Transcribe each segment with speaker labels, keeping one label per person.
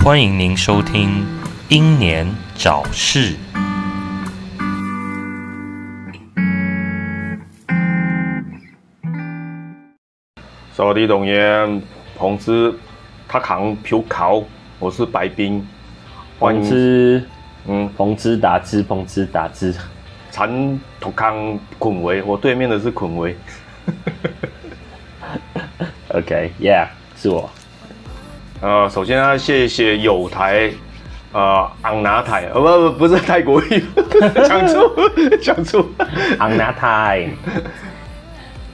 Speaker 1: 欢迎您收听《英年早逝》。
Speaker 2: สวัสดี董爷，红之他扛皮考，我是白冰，欢
Speaker 3: 彭
Speaker 2: 迎
Speaker 3: 之，
Speaker 2: 嗯，
Speaker 3: 彭之达之，彭之达之，
Speaker 2: 缠土康捆维，我对面的是捆维，
Speaker 3: OK，Yeah，、是我。
Speaker 2: 呃，首先要谢谢友台，呃，昂拿台，呃，不不不是泰国语，讲错讲错，
Speaker 3: 昂纳泰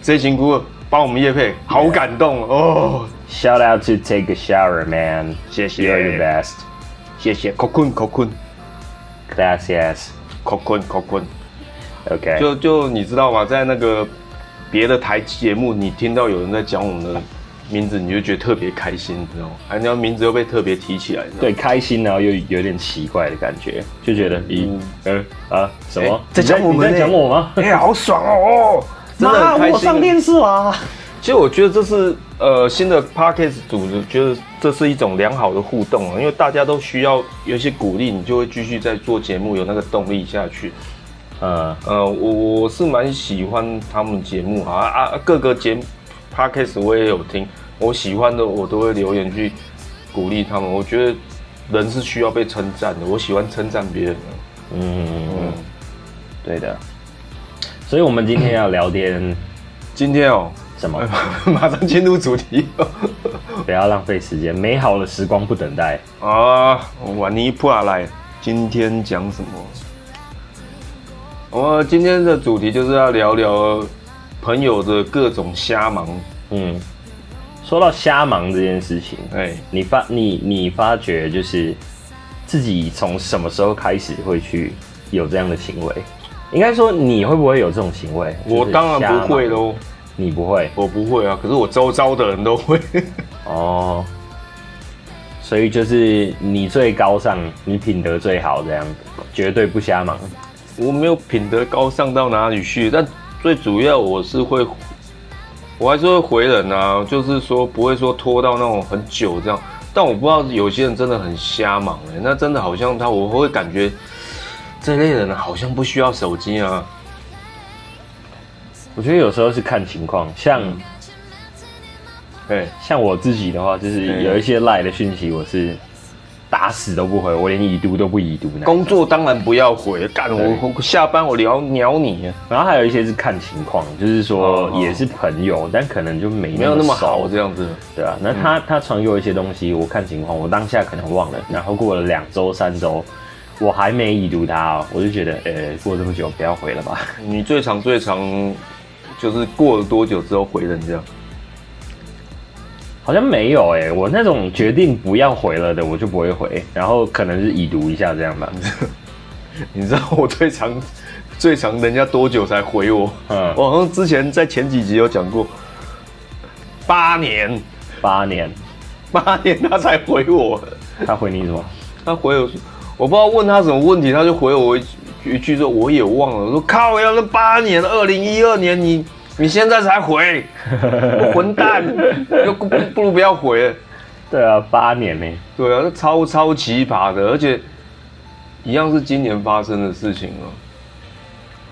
Speaker 2: 这辛苦了帮我们叶配，好感动哦，
Speaker 3: ，Shout out to take a shower, man.
Speaker 2: 谢谢
Speaker 3: You're the best.
Speaker 2: 谢谢，口困口困
Speaker 3: Gracias.
Speaker 2: 口困口困。
Speaker 3: OK，
Speaker 2: 就就你知道吗？在那个别的台节目，你听到有人在讲我们的名字，你就觉得特别开心，你知道吗？哎，你要名字又被特别提起来，你知道吗
Speaker 3: 对，开心，然后又有点奇怪的感觉，就觉得咦，呃啊什么
Speaker 2: 哎？嗯在讲我们
Speaker 3: 你在你在
Speaker 2: 呢
Speaker 3: 讲我吗？
Speaker 2: 哎、好爽哦！真的
Speaker 3: 妈
Speaker 2: 很开
Speaker 3: 我
Speaker 2: 心
Speaker 3: 上电视啦！
Speaker 2: 其实我觉得这是呃新的 p a c k a g e 组织，觉得这是一种良好的互动啊，因为大家都需要有一些鼓励，你就会继续在做节目，有那个动力下去。
Speaker 3: 嗯，
Speaker 2: 呃，我我是蛮喜欢他们节目啊啊，啊各个节 podcast 我也有听，我喜欢的我都会留言去鼓励他们。我觉得人是需要被称赞的，我喜欢称赞别人的。
Speaker 3: 嗯，对的。所以我们今天要聊点
Speaker 2: 今天哦，
Speaker 3: 什么？
Speaker 2: 马上进入主题
Speaker 3: 不要浪费时间，美好的时光不等待。
Speaker 2: 啊！婉尼普拉来，今天讲什么？我们今天的主题就是要聊聊朋友的各种瞎忙。
Speaker 3: 嗯，说到瞎忙这件事情，
Speaker 2: 哎，
Speaker 3: 你发你你发觉就是自己从什么时候开始会去有这样的行为？应该说你会不会有这种行为？
Speaker 2: 我
Speaker 3: 就是
Speaker 2: 当然不会
Speaker 3: 瞎忙，
Speaker 2: 喽。
Speaker 3: 你不会
Speaker 2: 我不会啊，可是我周遭的人都会。
Speaker 3: 哦。所以就是你最高尚，你品德最好，这样绝对不瞎忙。
Speaker 2: 我没有品德高尚到哪里去，但最主要我是会，我还是会回人啊，就是说不会说拖到那种很久这样。但我不知道有些人真的很瞎忙哎、那真的好像他，我会感觉这类人好像不需要手机啊。
Speaker 3: 我觉得有时候是看情况，像、
Speaker 2: 嗯哎，
Speaker 3: 像我自己的话，就是
Speaker 2: 嗯
Speaker 3: 有一些赖的讯息，我是打死都不回，我连已读都不已读呢。
Speaker 2: 工作当然不要回，干
Speaker 3: 对
Speaker 2: 我我下班我聊鸟你啊，
Speaker 3: 然后还有一些是看情况，就是说
Speaker 2: 哦哦
Speaker 3: 也是朋友，但可能就没
Speaker 2: 没有那么好
Speaker 3: 熟
Speaker 2: 这嗯样子。
Speaker 3: 对啊。那他、他传给我一些东西，我看情况，我当下可能忘了，然后过了两周三周，我还没已读他、哦，我就觉得，呃，过这么久不要回了吧。
Speaker 2: 你最长最长就是过了多久之后回人这样？
Speaker 3: 好像没有诶、我那种决定不要回了的，我就不会回，然后可能是已读一下这样吧。
Speaker 2: 你知道我最长 最长人家多久才回我？
Speaker 3: 嗯
Speaker 2: 我好像之前在前几集有讲过，八年，
Speaker 3: 八年，
Speaker 2: 八年他才回我。
Speaker 3: 他回你什么？
Speaker 2: 他回我，我不知道问他什么问题，他就回我一句一句说我也忘了。我说靠呀，那八年，二零一二年你你现在才回，我混蛋，就不不如不要回了。
Speaker 3: 对啊，八年呢、
Speaker 2: 对啊，那超超奇葩的，而且一样是今年发生的事情哦。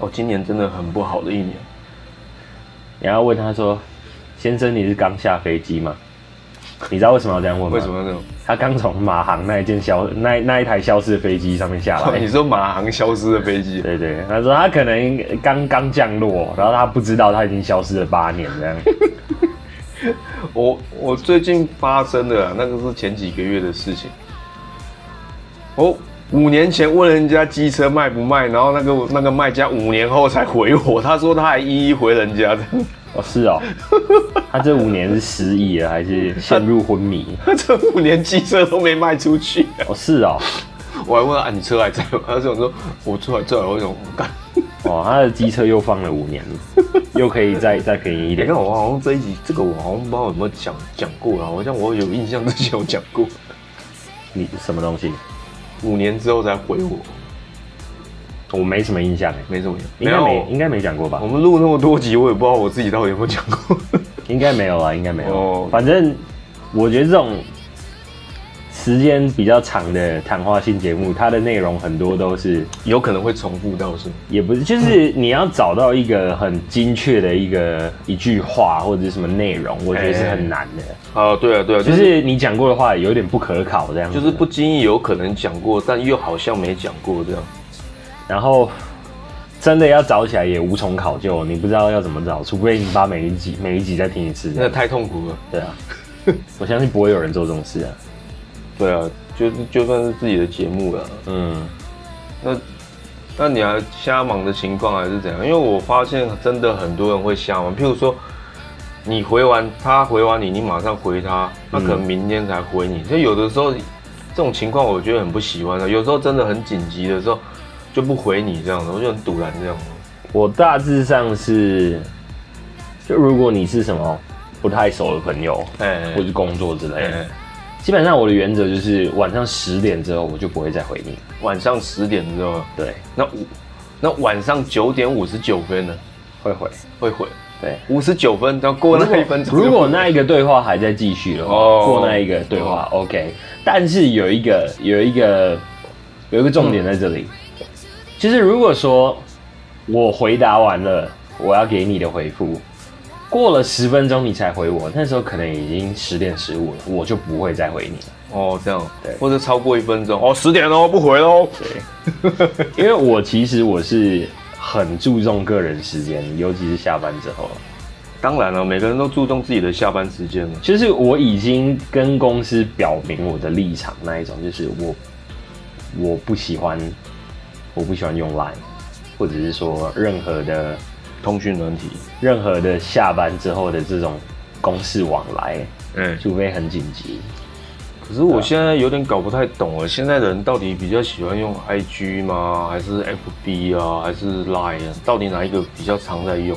Speaker 2: 哦，今年真的很不好的一年。
Speaker 3: 然后问他说：“先生，你是刚下飞机吗？”你知道为什么要这样问吗？
Speaker 2: 为什么要这种？
Speaker 3: 他刚从马航那一件消那那一台消失的飞机上面下来
Speaker 2: 你。说马航消失的飞机，
Speaker 3: 对对，他说他可能刚刚降落，然后他不知道他已经消失了八年 这样。
Speaker 2: 我我最近发生的啊、那个是前几个月的事情。我五年前问人家机车卖不卖，然后那个那个卖家五年后才回我， 他说他还一一回人家的，
Speaker 3: 哦，是哦，他这五年是失忆了还是陷入昏 迷？
Speaker 2: 他这五年机车都没卖出去、
Speaker 3: 哦，是哦，
Speaker 2: 我还问他、啊、你车还在吗？他就想说我车还在，我想干。
Speaker 3: 哦，他的机车又放了五 年，又可以再再便宜一
Speaker 2: 你
Speaker 3: 点
Speaker 2: 看，。啊我好像这一集，这个我好像不知道有没有讲讲过啊，好像我有印象之前有讲过，
Speaker 3: 你什么东西？
Speaker 2: 五年之后才回我，
Speaker 3: 我没什么印象哎，
Speaker 2: 没怎么样。
Speaker 3: 应该没
Speaker 2: 有
Speaker 3: 应该没讲过吧
Speaker 2: 我？们录那么多集，我也不知道我自己到底有没有讲 过。
Speaker 3: 啊应该没有啦，应该没有。
Speaker 2: 哦
Speaker 3: 反正我觉得这种时间比较长的谈话性节目，它的内容很多都是
Speaker 2: 有可能会重复到是吗？
Speaker 3: 也不是，就是你要找到一个很精确的一个一句话或者是什么内容，我觉得是很难的。
Speaker 2: 啊，对啊，对啊，就
Speaker 3: 就是是你讲过的话有点不可考这样子，
Speaker 2: 就是不经意有可能讲过，但又好像没讲过这样。
Speaker 3: 然后真的要找起来也无从考究，你不知道要怎么找，除非你把每一集每一集再听一次。
Speaker 2: 那太痛苦了。
Speaker 3: 对啊，我相信不会有人做这种事啊。
Speaker 2: 对啊，就是就算是自己的节目了，
Speaker 3: 嗯，
Speaker 2: 那那你还瞎忙的情况还是怎样？因为我发现真的很多人会瞎忙，譬如说你回完他回完你，你马上回他，他
Speaker 3: 嗯
Speaker 2: 可能明天才回你。就有的时候这种情况，我觉得很不喜欢的。有时候真的很紧急的时候就不回你这样子，我就很堵然这样。
Speaker 3: 我大致上是，就如果你是什么不太熟的朋友，
Speaker 2: 哎、
Speaker 3: 或是工作之类
Speaker 2: 哎、
Speaker 3: 的，基本上我的原则就是晚上十点之后我就不会再回你。
Speaker 2: 晚上十点之后，
Speaker 3: 对，
Speaker 2: 那五那晚上九点五十九分呢
Speaker 3: 会回。
Speaker 2: 会回
Speaker 3: 对，
Speaker 2: 五十九分，然后过那一分钟就不回，
Speaker 3: 如果那一个对话还在继续的话，
Speaker 2: 哦
Speaker 3: 过那一个对话、OK。但是有一个有一个有一个重点在这里，
Speaker 2: 嗯
Speaker 3: 就是如果说我回答完了，我要给你的回复，过了十分钟你才回我，那时候可能已经十点十五了，我就不会再回你了，
Speaker 2: 哦，这样，
Speaker 3: 对
Speaker 2: 或者超过一分钟，哦，十点哦，不回喽。
Speaker 3: 因为我其实我是很注重个人时间，尤其是下班之后。
Speaker 2: 当然了，每个人都注重自己的下班时间了。
Speaker 3: 就是我已经跟公司表明我的立场那一种，就是我我不喜欢我不喜欢用 Line，或者是说任何的
Speaker 2: 通讯软体，
Speaker 3: 任何的下班之后的这种公事往来，
Speaker 2: 嗯，
Speaker 3: 除非很紧急。
Speaker 2: 可是我现在有点搞不太懂了，现在人到底比较喜欢用 IG 吗？还是 FB 啊？还是 Line 啊？到底哪一个比较常在用？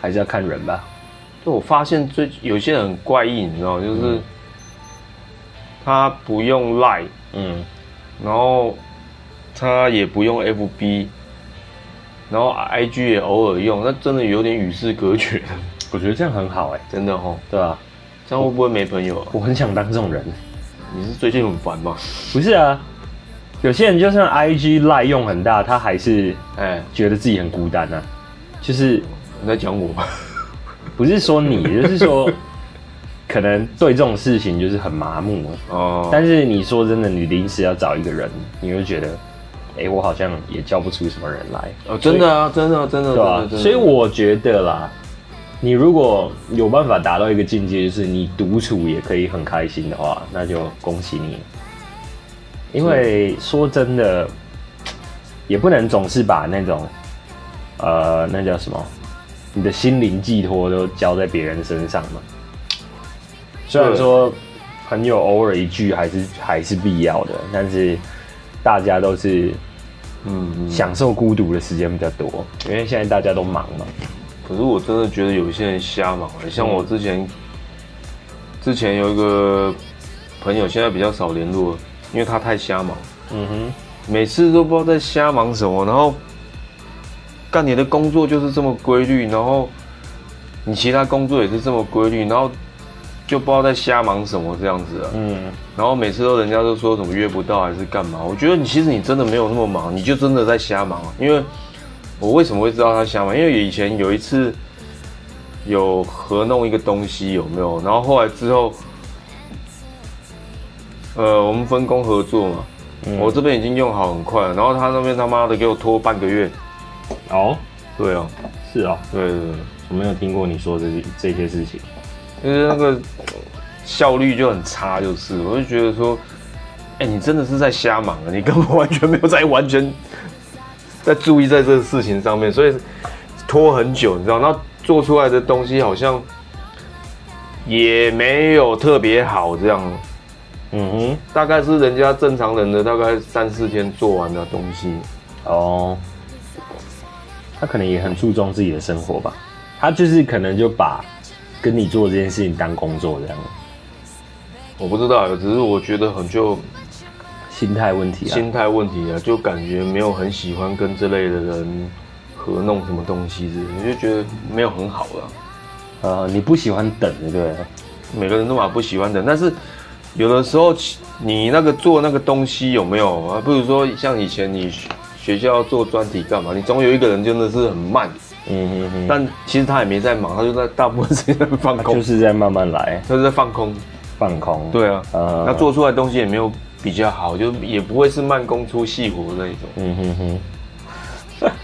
Speaker 3: 还是要看人吧，
Speaker 2: 就我发现最有些人很怪异，你知道吗，就是他不用 Line，
Speaker 3: 嗯，
Speaker 2: 然后他也不用 FB，然后 IG 也偶尔用，那真的有点与世隔绝，
Speaker 3: 我觉得这样很好哎、
Speaker 2: 真的哦。
Speaker 3: 对吧、
Speaker 2: 这样会不会没朋友啊？
Speaker 3: 我很想当这种人，
Speaker 2: 你是最近很烦吗？
Speaker 3: 不是啊？有些人就算 IG 赖用很大，他还是
Speaker 2: 哎，
Speaker 3: 觉得自己很孤单啊，就是
Speaker 2: 你在讲我吗？
Speaker 3: 不是说你，就是说，可能对这种事情就是很麻木。
Speaker 2: 哦，
Speaker 3: 但是你说真的，你临时要找一个人，你会觉得，哎、我好像也叫不出什么人来，
Speaker 2: 哦，真的啊，真的啊，真的啊，
Speaker 3: 对吧、
Speaker 2: 真的真的
Speaker 3: 所以我觉得啦，你如果有办法达到一个境界，就是你独处也可以很开心的话，那就恭喜你。因为说真的，也不能总是把那种，呃，那叫什么，你的心灵寄托都交在别人身上嘛。虽然说朋友偶尔一句还是还是必要的，但是大家都是
Speaker 2: 嗯，嗯
Speaker 3: 享受孤独的时间比较多，因为现在大家都忙嘛。
Speaker 2: 可是我真的觉得有些人瞎忙了，像我之前，之前有一个朋友，现在比较少联络了，因为他太瞎忙，
Speaker 3: 嗯哼，
Speaker 2: 每次都不知道在瞎忙什么，然后干你的工作就是这么规律，然后你其他工作也是这么规律，然后就不知道在瞎忙什么这样子啊。
Speaker 3: 嗯，
Speaker 2: 然后每次都人家都说什么约不到还是干嘛？我觉得你其实你真的没有那么忙，你就真的在瞎忙啊。因为我为什么会知道他瞎忙？因为以前有一次有合弄一个东西有没有？然后后来之后，呃，我们分工合作嘛，我这边已经用好很快了，然后他那边他妈的给我拖半个月。
Speaker 3: 哦，
Speaker 2: 对啊，
Speaker 3: 是哦，
Speaker 2: 对对对，
Speaker 3: 我没有听过你说这些这些事情。
Speaker 2: 就是那个效率就很差，就是我就觉得说，哎、你真的是在瞎忙啊，你根本完全没有在完全在注意在这个事情上面，所以拖很久，你知道，那做出来的东西好像也没有特别好，这样
Speaker 3: 嗯
Speaker 2: 大概是人家正常人的大概三四天做完的东西，
Speaker 3: 哼，哦，他可能也很注重自己的生活吧，他就是可能就把跟你做这件事情当工作这样，
Speaker 2: 我不知道，只是我觉得很就
Speaker 3: 心态问题啊。
Speaker 2: 心态问题啊，就感觉没有很喜欢跟这类的人合弄什么东西之类的，你就觉得没有很好了、啊
Speaker 3: 呃，你不喜欢等，对不对了？
Speaker 2: 每个人都嘛不喜欢的，但是有的时候其你那个做那个东西有没有啊？不如说像以前你学学校做专题干嘛，你总有一个人真的是很慢，
Speaker 3: 嗯哼哼，
Speaker 2: 但其实他也没在忙，他就在大部分时间在放
Speaker 3: 他
Speaker 2: 空，
Speaker 3: 啊就是在慢慢来，
Speaker 2: 他是在放空。
Speaker 3: 放空。
Speaker 2: 对啊，
Speaker 3: 呃
Speaker 2: 那做出来的东西也没有比较好，就也不会是慢工出细活那一种，
Speaker 3: 嗯哼哼，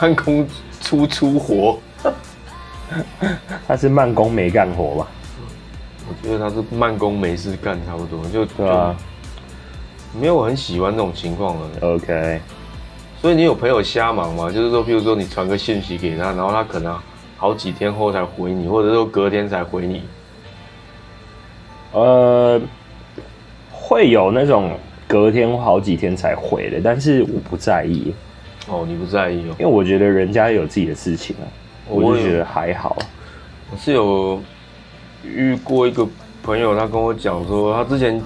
Speaker 2: 慢工出粗活。
Speaker 3: 他是慢工没干活吧？
Speaker 2: 我觉得他是慢工没事干，差不多就
Speaker 3: 对啊，
Speaker 2: 就没有很喜欢这种情况了。
Speaker 3: 嗯，OK，
Speaker 2: 所以你有朋友瞎忙吗？就是说，譬如说你传个信息给他，然后他可能好几天后才回你，或者说隔天才回你。
Speaker 3: 呃，会有那种隔天或好几天才回的，但是我不在意，
Speaker 2: 哦，你不在意哦
Speaker 3: 因。为我觉得人家有自己的事情啊，我
Speaker 2: 我
Speaker 3: 就
Speaker 2: 有
Speaker 3: 觉得还好。
Speaker 2: 我是有遇过一个朋友，他跟我讲说，他之前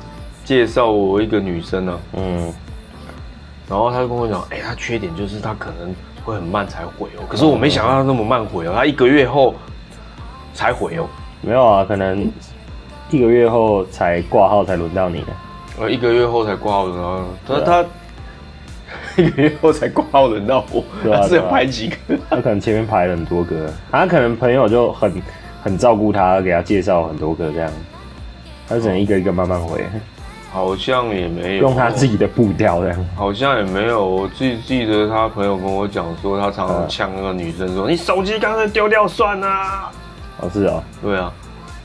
Speaker 2: 介绍我一个女生啊，
Speaker 3: 嗯，
Speaker 2: 然后他就跟我讲，哎、他缺点就是他可能会很慢才回哦。可是我没想到他那么慢回哦，他一个月后才回哦。
Speaker 3: 没有啊，可能一个月后才挂号才轮到你呢。啊
Speaker 2: 呃，一个月后才挂号人啊，他
Speaker 3: 对啊
Speaker 2: 他一个月后才挂号人到我，
Speaker 3: 对啊
Speaker 2: 他是有
Speaker 3: 对啊
Speaker 2: 排几个？
Speaker 3: 他可能前面排了很多个，他可能朋友就很很照顾他，给他介绍很多个这样，他就只能一个一个慢慢回，
Speaker 2: 好像也没有
Speaker 3: 用他自，己的步调这样。
Speaker 2: 好像也没有。我记记得他朋友跟我讲说，他常常呛那个女生说：“你手机刚才丢掉算啊啦、
Speaker 3: 哦，是哦，
Speaker 2: 对啊，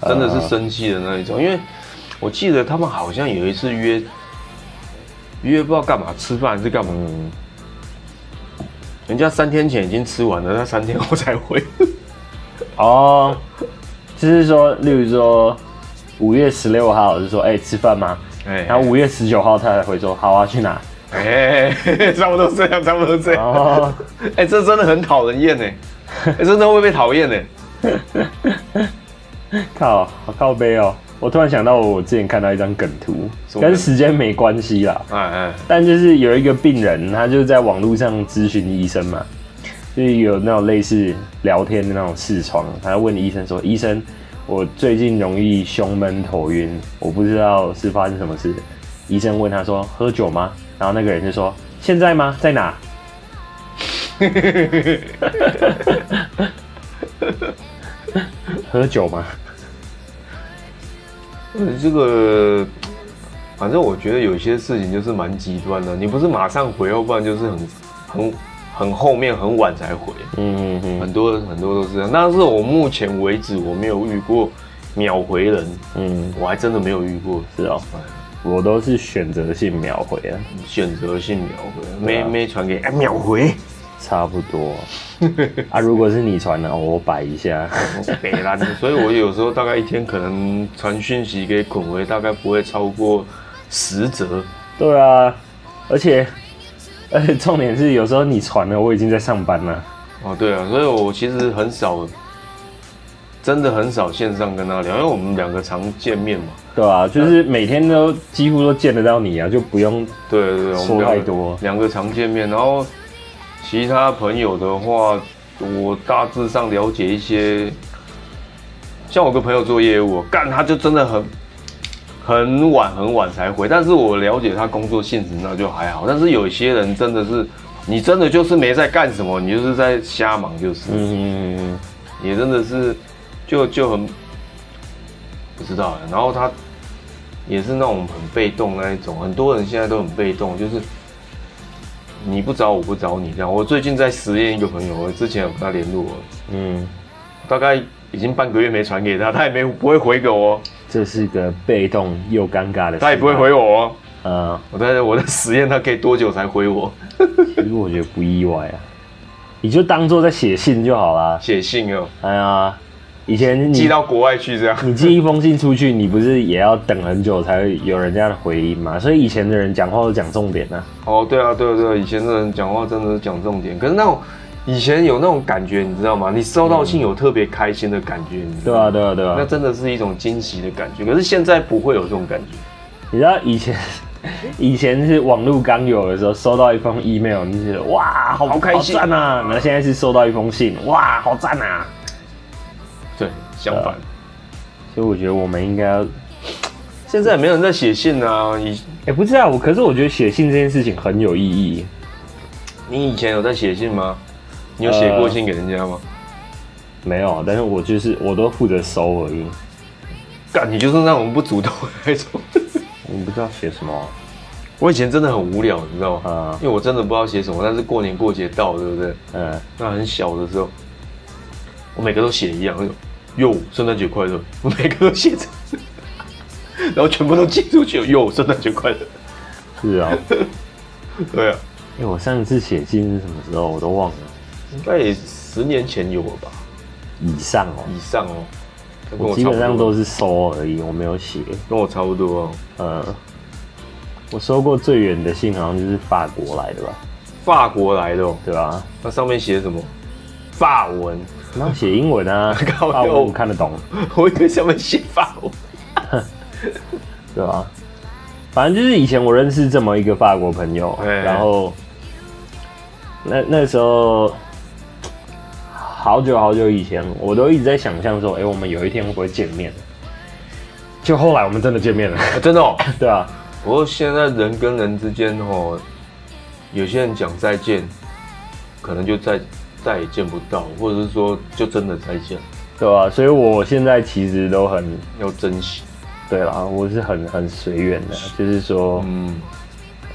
Speaker 2: 真的是生气的那一种。因为我记得他们好像有一次约约不知道干嘛，吃饭还是干嘛，
Speaker 3: 嗯，
Speaker 2: 人家三天前已经吃完了，他三天后才回。
Speaker 3: 哦，就是说，例如说五月十六号，我就说，哎、吃饭吗？
Speaker 2: 哎
Speaker 3: 然后五月十九号他才回说，好啊，去哪？
Speaker 2: 哎，差不多这样，差不多这样。
Speaker 3: 哦，
Speaker 2: 哎、这真的很讨人厌呢，哎、真的会被讨厌呢。
Speaker 3: 靠，好靠背哦。我突然想到，我之前看到一张梗图，
Speaker 2: 什么梗
Speaker 3: 跟时间没关系啦，
Speaker 2: 哎哎，
Speaker 3: 但就是有一个病人，他就在网络上咨询医生嘛，就是有那种类似聊天的那种视窗，他问医生说：“医生，我最近容易胸闷头晕，我不知道是发生什么事。”医生问他说：“喝酒吗？”然后那个人就说：“现在吗？在哪？” 喝酒吗？
Speaker 2: 呃这个，反正我觉得有些事情就是蛮极端的，你不是马上回，要不然就是很很很后面很晚才回，
Speaker 3: 嗯嗯
Speaker 2: 很多很多都是这样。但是我目前为止我没有遇过秒回人，
Speaker 3: 嗯，
Speaker 2: 我还真的没有遇过。
Speaker 3: 是哦，我都是选择性啊描绘的，
Speaker 2: 选择性秒回，
Speaker 3: 对
Speaker 2: 没
Speaker 3: 啊
Speaker 2: 没传给哎秒回，
Speaker 3: 差不多啊。如果是你传的，我摆一下。
Speaker 2: 北兰，所以我有时候大概一天可能传讯息给滚回，大概不会超过十则。
Speaker 3: 对啊，而且而且重点是，有时候你传了，我已经在上班了。
Speaker 2: 哦，对啊，所以我其实很少，真的很少线上跟他聊，因为我们两个常见面嘛。
Speaker 3: 对啊，就是每天都几乎都见得到你啊，就不用
Speaker 2: 对对对，我
Speaker 3: 说
Speaker 2: 们两
Speaker 3: 太
Speaker 2: 个
Speaker 3: 多
Speaker 2: 两个常见面，然后其他朋友的话，我大致上了解一些。像我有个朋友做业务，干他就真的很很晚很晚才回，但是我了解他工作性质，那就还好。但是有些人真的是，你真的就是没在干什么，你就是在瞎忙，就是。
Speaker 3: 嗯，
Speaker 2: 也真的是就就很不知道欸。然后他也是那种很被动那一种，很多人现在都很被动，就是你不找我不找你这样。我最近在实验一个朋友，我之前有跟他联络，
Speaker 3: 嗯，
Speaker 2: 大概已经半个月没传给他，他也没不会回给我哦，
Speaker 3: 这是个被动又尴尬的。
Speaker 2: 他也不会回。我哦。
Speaker 3: 呃，
Speaker 2: 我在我在实验他可以多久才回我？
Speaker 3: 其实我觉得不意外啊，你就当做在写信就好啦。
Speaker 2: 写信哦，
Speaker 3: 哎呀，以前你
Speaker 2: 寄到国外去这样。
Speaker 3: 你寄一封信出去，你不是也要等很久才会有人家的回音吗？所以以前的人讲话都讲重点啊。
Speaker 2: 哦，对啊，对啊，对啊，以前的人讲话真的是讲重点，可是那种以前有那种感觉，你知道吗？你收到信有特别开心的感觉，你知
Speaker 3: 对
Speaker 2: 道吗
Speaker 3: 啊，，对啊，对啊。
Speaker 2: 那真的是一种惊喜的感觉。可是现在不会有这种感觉，
Speaker 3: 你知道以前 以前是网络刚有的时候，收到一封 email，你就觉得哇，好
Speaker 2: 好开心
Speaker 3: 好赞啊！然后现在是收到一封信，哇，好赞啊！
Speaker 2: 对，相反，
Speaker 3: 所以我觉得我们应该要
Speaker 2: 现在也没有人在写信啊。以
Speaker 3: 哎、不知道我，可是我觉得写信这件事情很有意义。
Speaker 2: 你以前有在写信吗？你有写过信给人家吗？
Speaker 3: 没有，但是我就是我都负责收而已。
Speaker 2: 干、你就是那种不主动的那种。
Speaker 3: 我不知道写什么
Speaker 2: 我以前真的很无聊，你知道吗？
Speaker 3: 啊，
Speaker 2: 因为我真的不知道写什么，但是过年过节到了，对不对？
Speaker 3: 嗯，
Speaker 2: 那很小的时候，我每个都写一样，那种哟，圣诞节快乐，我每个都写着， 然后全部都寄出去，哟，圣诞节快乐。
Speaker 3: 是啊。
Speaker 2: 对啊，
Speaker 3: 哎、我上次写信是什么时候？我都忘了。
Speaker 2: 应该也十年前有了吧，
Speaker 3: 以上哦，
Speaker 2: 以上哦。跟
Speaker 3: 我基
Speaker 2: 差不多
Speaker 3: 本上都是收而已，我没有写。
Speaker 2: 跟我差不多哦。
Speaker 3: 呃，我收过最远的信好像就是法国来的吧？
Speaker 2: 法国来的、哦，
Speaker 3: 对吧？
Speaker 2: 那上面写什么？法文，
Speaker 3: 然后写英文啊，
Speaker 2: 靠
Speaker 3: 法文我看得懂，
Speaker 2: 我以为上面写法文。
Speaker 3: 对吧？反正就是以前我认识这么一个法国朋友，
Speaker 2: 哎
Speaker 3: 然后那那时候好久好久以前，我都一直在想象说，哎、我们有一天会不会见面？就后来我们真的见面了，
Speaker 2: 啊真的、哦，
Speaker 3: 对啊，
Speaker 2: 不过现在人跟人之间哦，有些人讲再见，可能就再再也见不到，或者是说就真的再见，
Speaker 3: 对吧、所以我现在其实都很
Speaker 2: 要珍惜。
Speaker 3: 对啦，我是很很随缘的，就是说，
Speaker 2: 嗯，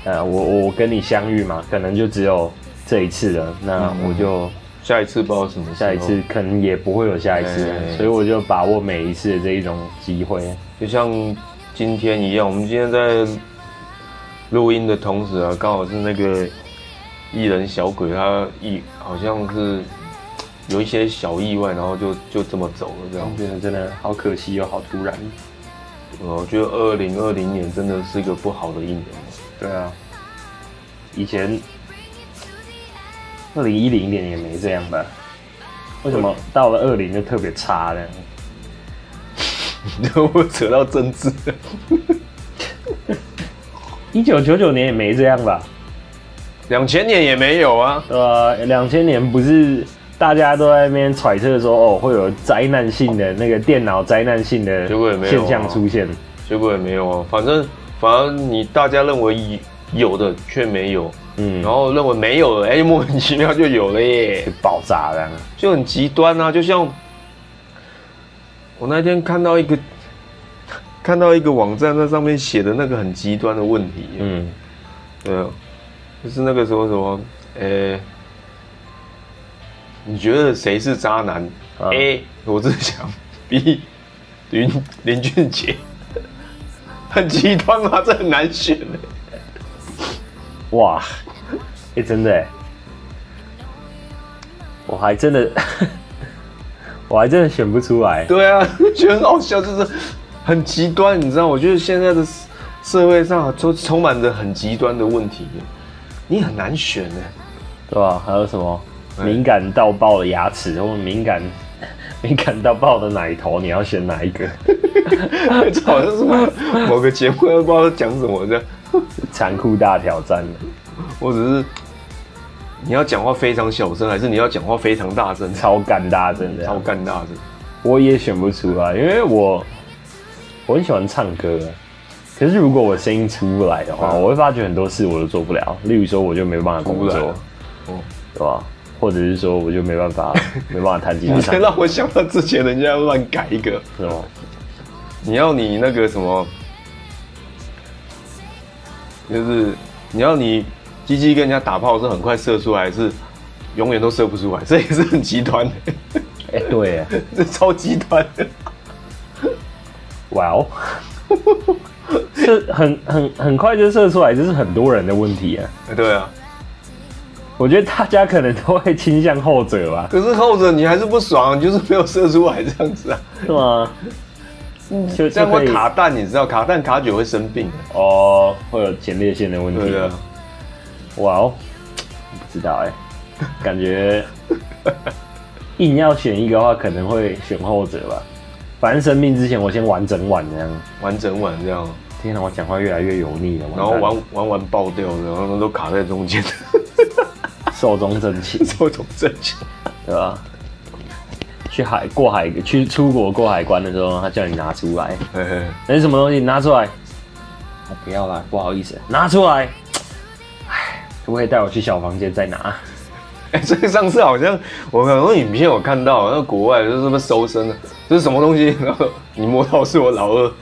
Speaker 3: 呃，我我跟你相遇嘛，可能就只有这一次了，那
Speaker 2: 嗯
Speaker 3: 我就、
Speaker 2: 下一次不知道什么时候，
Speaker 3: 下一次可能也不会有下一次了，
Speaker 2: 哎
Speaker 3: 所以我就把握每一次的这一种机会。
Speaker 2: 就像今天一样，我们今天在录音的同时啊，刚好是那个艺人小鬼他意好像是有一些小意外，然后就就这么走了这样
Speaker 3: 我。觉得真的好可惜又哦好突然。
Speaker 2: 我觉得二零二零年真的是一个不好的一年。
Speaker 3: 对啊，以前二零一零年也没这样吧？为什么到了二零就特别差呢？
Speaker 2: 你怎么扯到政治？
Speaker 3: 一九九九年也没这样吧？
Speaker 2: 两千年也没有啊，
Speaker 3: 呃，两千年不是大家都在那边揣测说，哦，会有灾难性的那个电脑灾难性的
Speaker 2: 结果也没有啊
Speaker 3: 现象出现，
Speaker 2: 结果也没有啊。反正反而你大家认为有的却没有，
Speaker 3: 嗯，
Speaker 2: 然后认为没有的，哎、莫名其妙就有了耶
Speaker 3: 就，爆炸了。
Speaker 2: 就很极端啊。就像我那天看到一个看到一个网站，那上面写的那个很极端的问题，啊
Speaker 3: 嗯，
Speaker 2: 对啊，就是那个时候什么，呃、你觉得谁是渣男、
Speaker 3: 啊
Speaker 2: a 罗志祥，B. 林林俊杰， 很极端吗？这很难选欸
Speaker 3: 哇，哎、真的欸，我还真的， 我还真的选不出来。
Speaker 2: 对啊，觉得很好笑，就是很极端，你知道？我觉得现在的社社会上都充满着很极端的问题，你很难选呢。
Speaker 3: 对吧、还有什么
Speaker 2: 哎
Speaker 3: 敏感到爆的牙齿，或者敏感 敏感到爆的奶头，你要选哪一个？
Speaker 2: 这好像是某某个节目，不知道讲什么这样。
Speaker 3: 残酷大挑战。
Speaker 2: 我只是你要讲话非常小声，还是你要讲话非常大声？
Speaker 3: 超干大真的，
Speaker 2: 超干大声！
Speaker 3: 我也选不出来，因为我我很喜欢唱歌，可是如果我声音出不来的话，
Speaker 2: 嗯
Speaker 3: 我会发觉很多事我都做不了，例如说我就没办法工
Speaker 2: 出不
Speaker 3: 作
Speaker 2: 来，哦
Speaker 3: 对吧？或者是说我就没办 法没办法弹吉
Speaker 2: 你
Speaker 3: 他
Speaker 2: 才，让我想到之前人家乱改一个，
Speaker 3: 是吗？
Speaker 2: 你要你那个什么，就是你要你鸡鸡跟人家打炮是很快射出来，还是永远都射不出来， 这也是很极端的，
Speaker 3: 哎、对耶，
Speaker 2: 这超极端的。
Speaker 3: 哇哦， 这很很很快就射出来，这是很多人的问题啊。
Speaker 2: 对啊，
Speaker 3: 我觉得大家可能都会倾向后者吧，
Speaker 2: 可是后者你还是不爽，你就是没有射出来这样子啊，
Speaker 3: 是吗？就
Speaker 2: 嗯这
Speaker 3: 就
Speaker 2: 样
Speaker 3: 可
Speaker 2: 会
Speaker 3: 以
Speaker 2: 卡蛋，你知道卡蛋卡久会生病的。
Speaker 3: 哦，会有前列腺的问题
Speaker 2: 对啊，
Speaker 3: 哇哦，不知道哎、感觉硬要选一个的话，可能会选后者吧。反正生病之前，我先玩整晚这样。
Speaker 2: 玩整晚这样，
Speaker 3: 天哪，我讲话越来越油腻了。
Speaker 2: 然后
Speaker 3: 完蛋
Speaker 2: 玩玩完爆掉，然后都卡在中间，
Speaker 3: 寿终正寝，
Speaker 2: 这种正经。
Speaker 3: 对吧？去海过海去出国过海关的时候，他叫你拿出来，
Speaker 2: 嘿嘿，
Speaker 3: 那是什么东西？拿出来！我啊不要啦，不好意思，拿出来。唉，可不可以带我去小房间再拿？
Speaker 2: 哎、所以上次好像我很多影片我看到，那国外就是什么搜身的，这是什么东西？ 然后你摸到是我老二，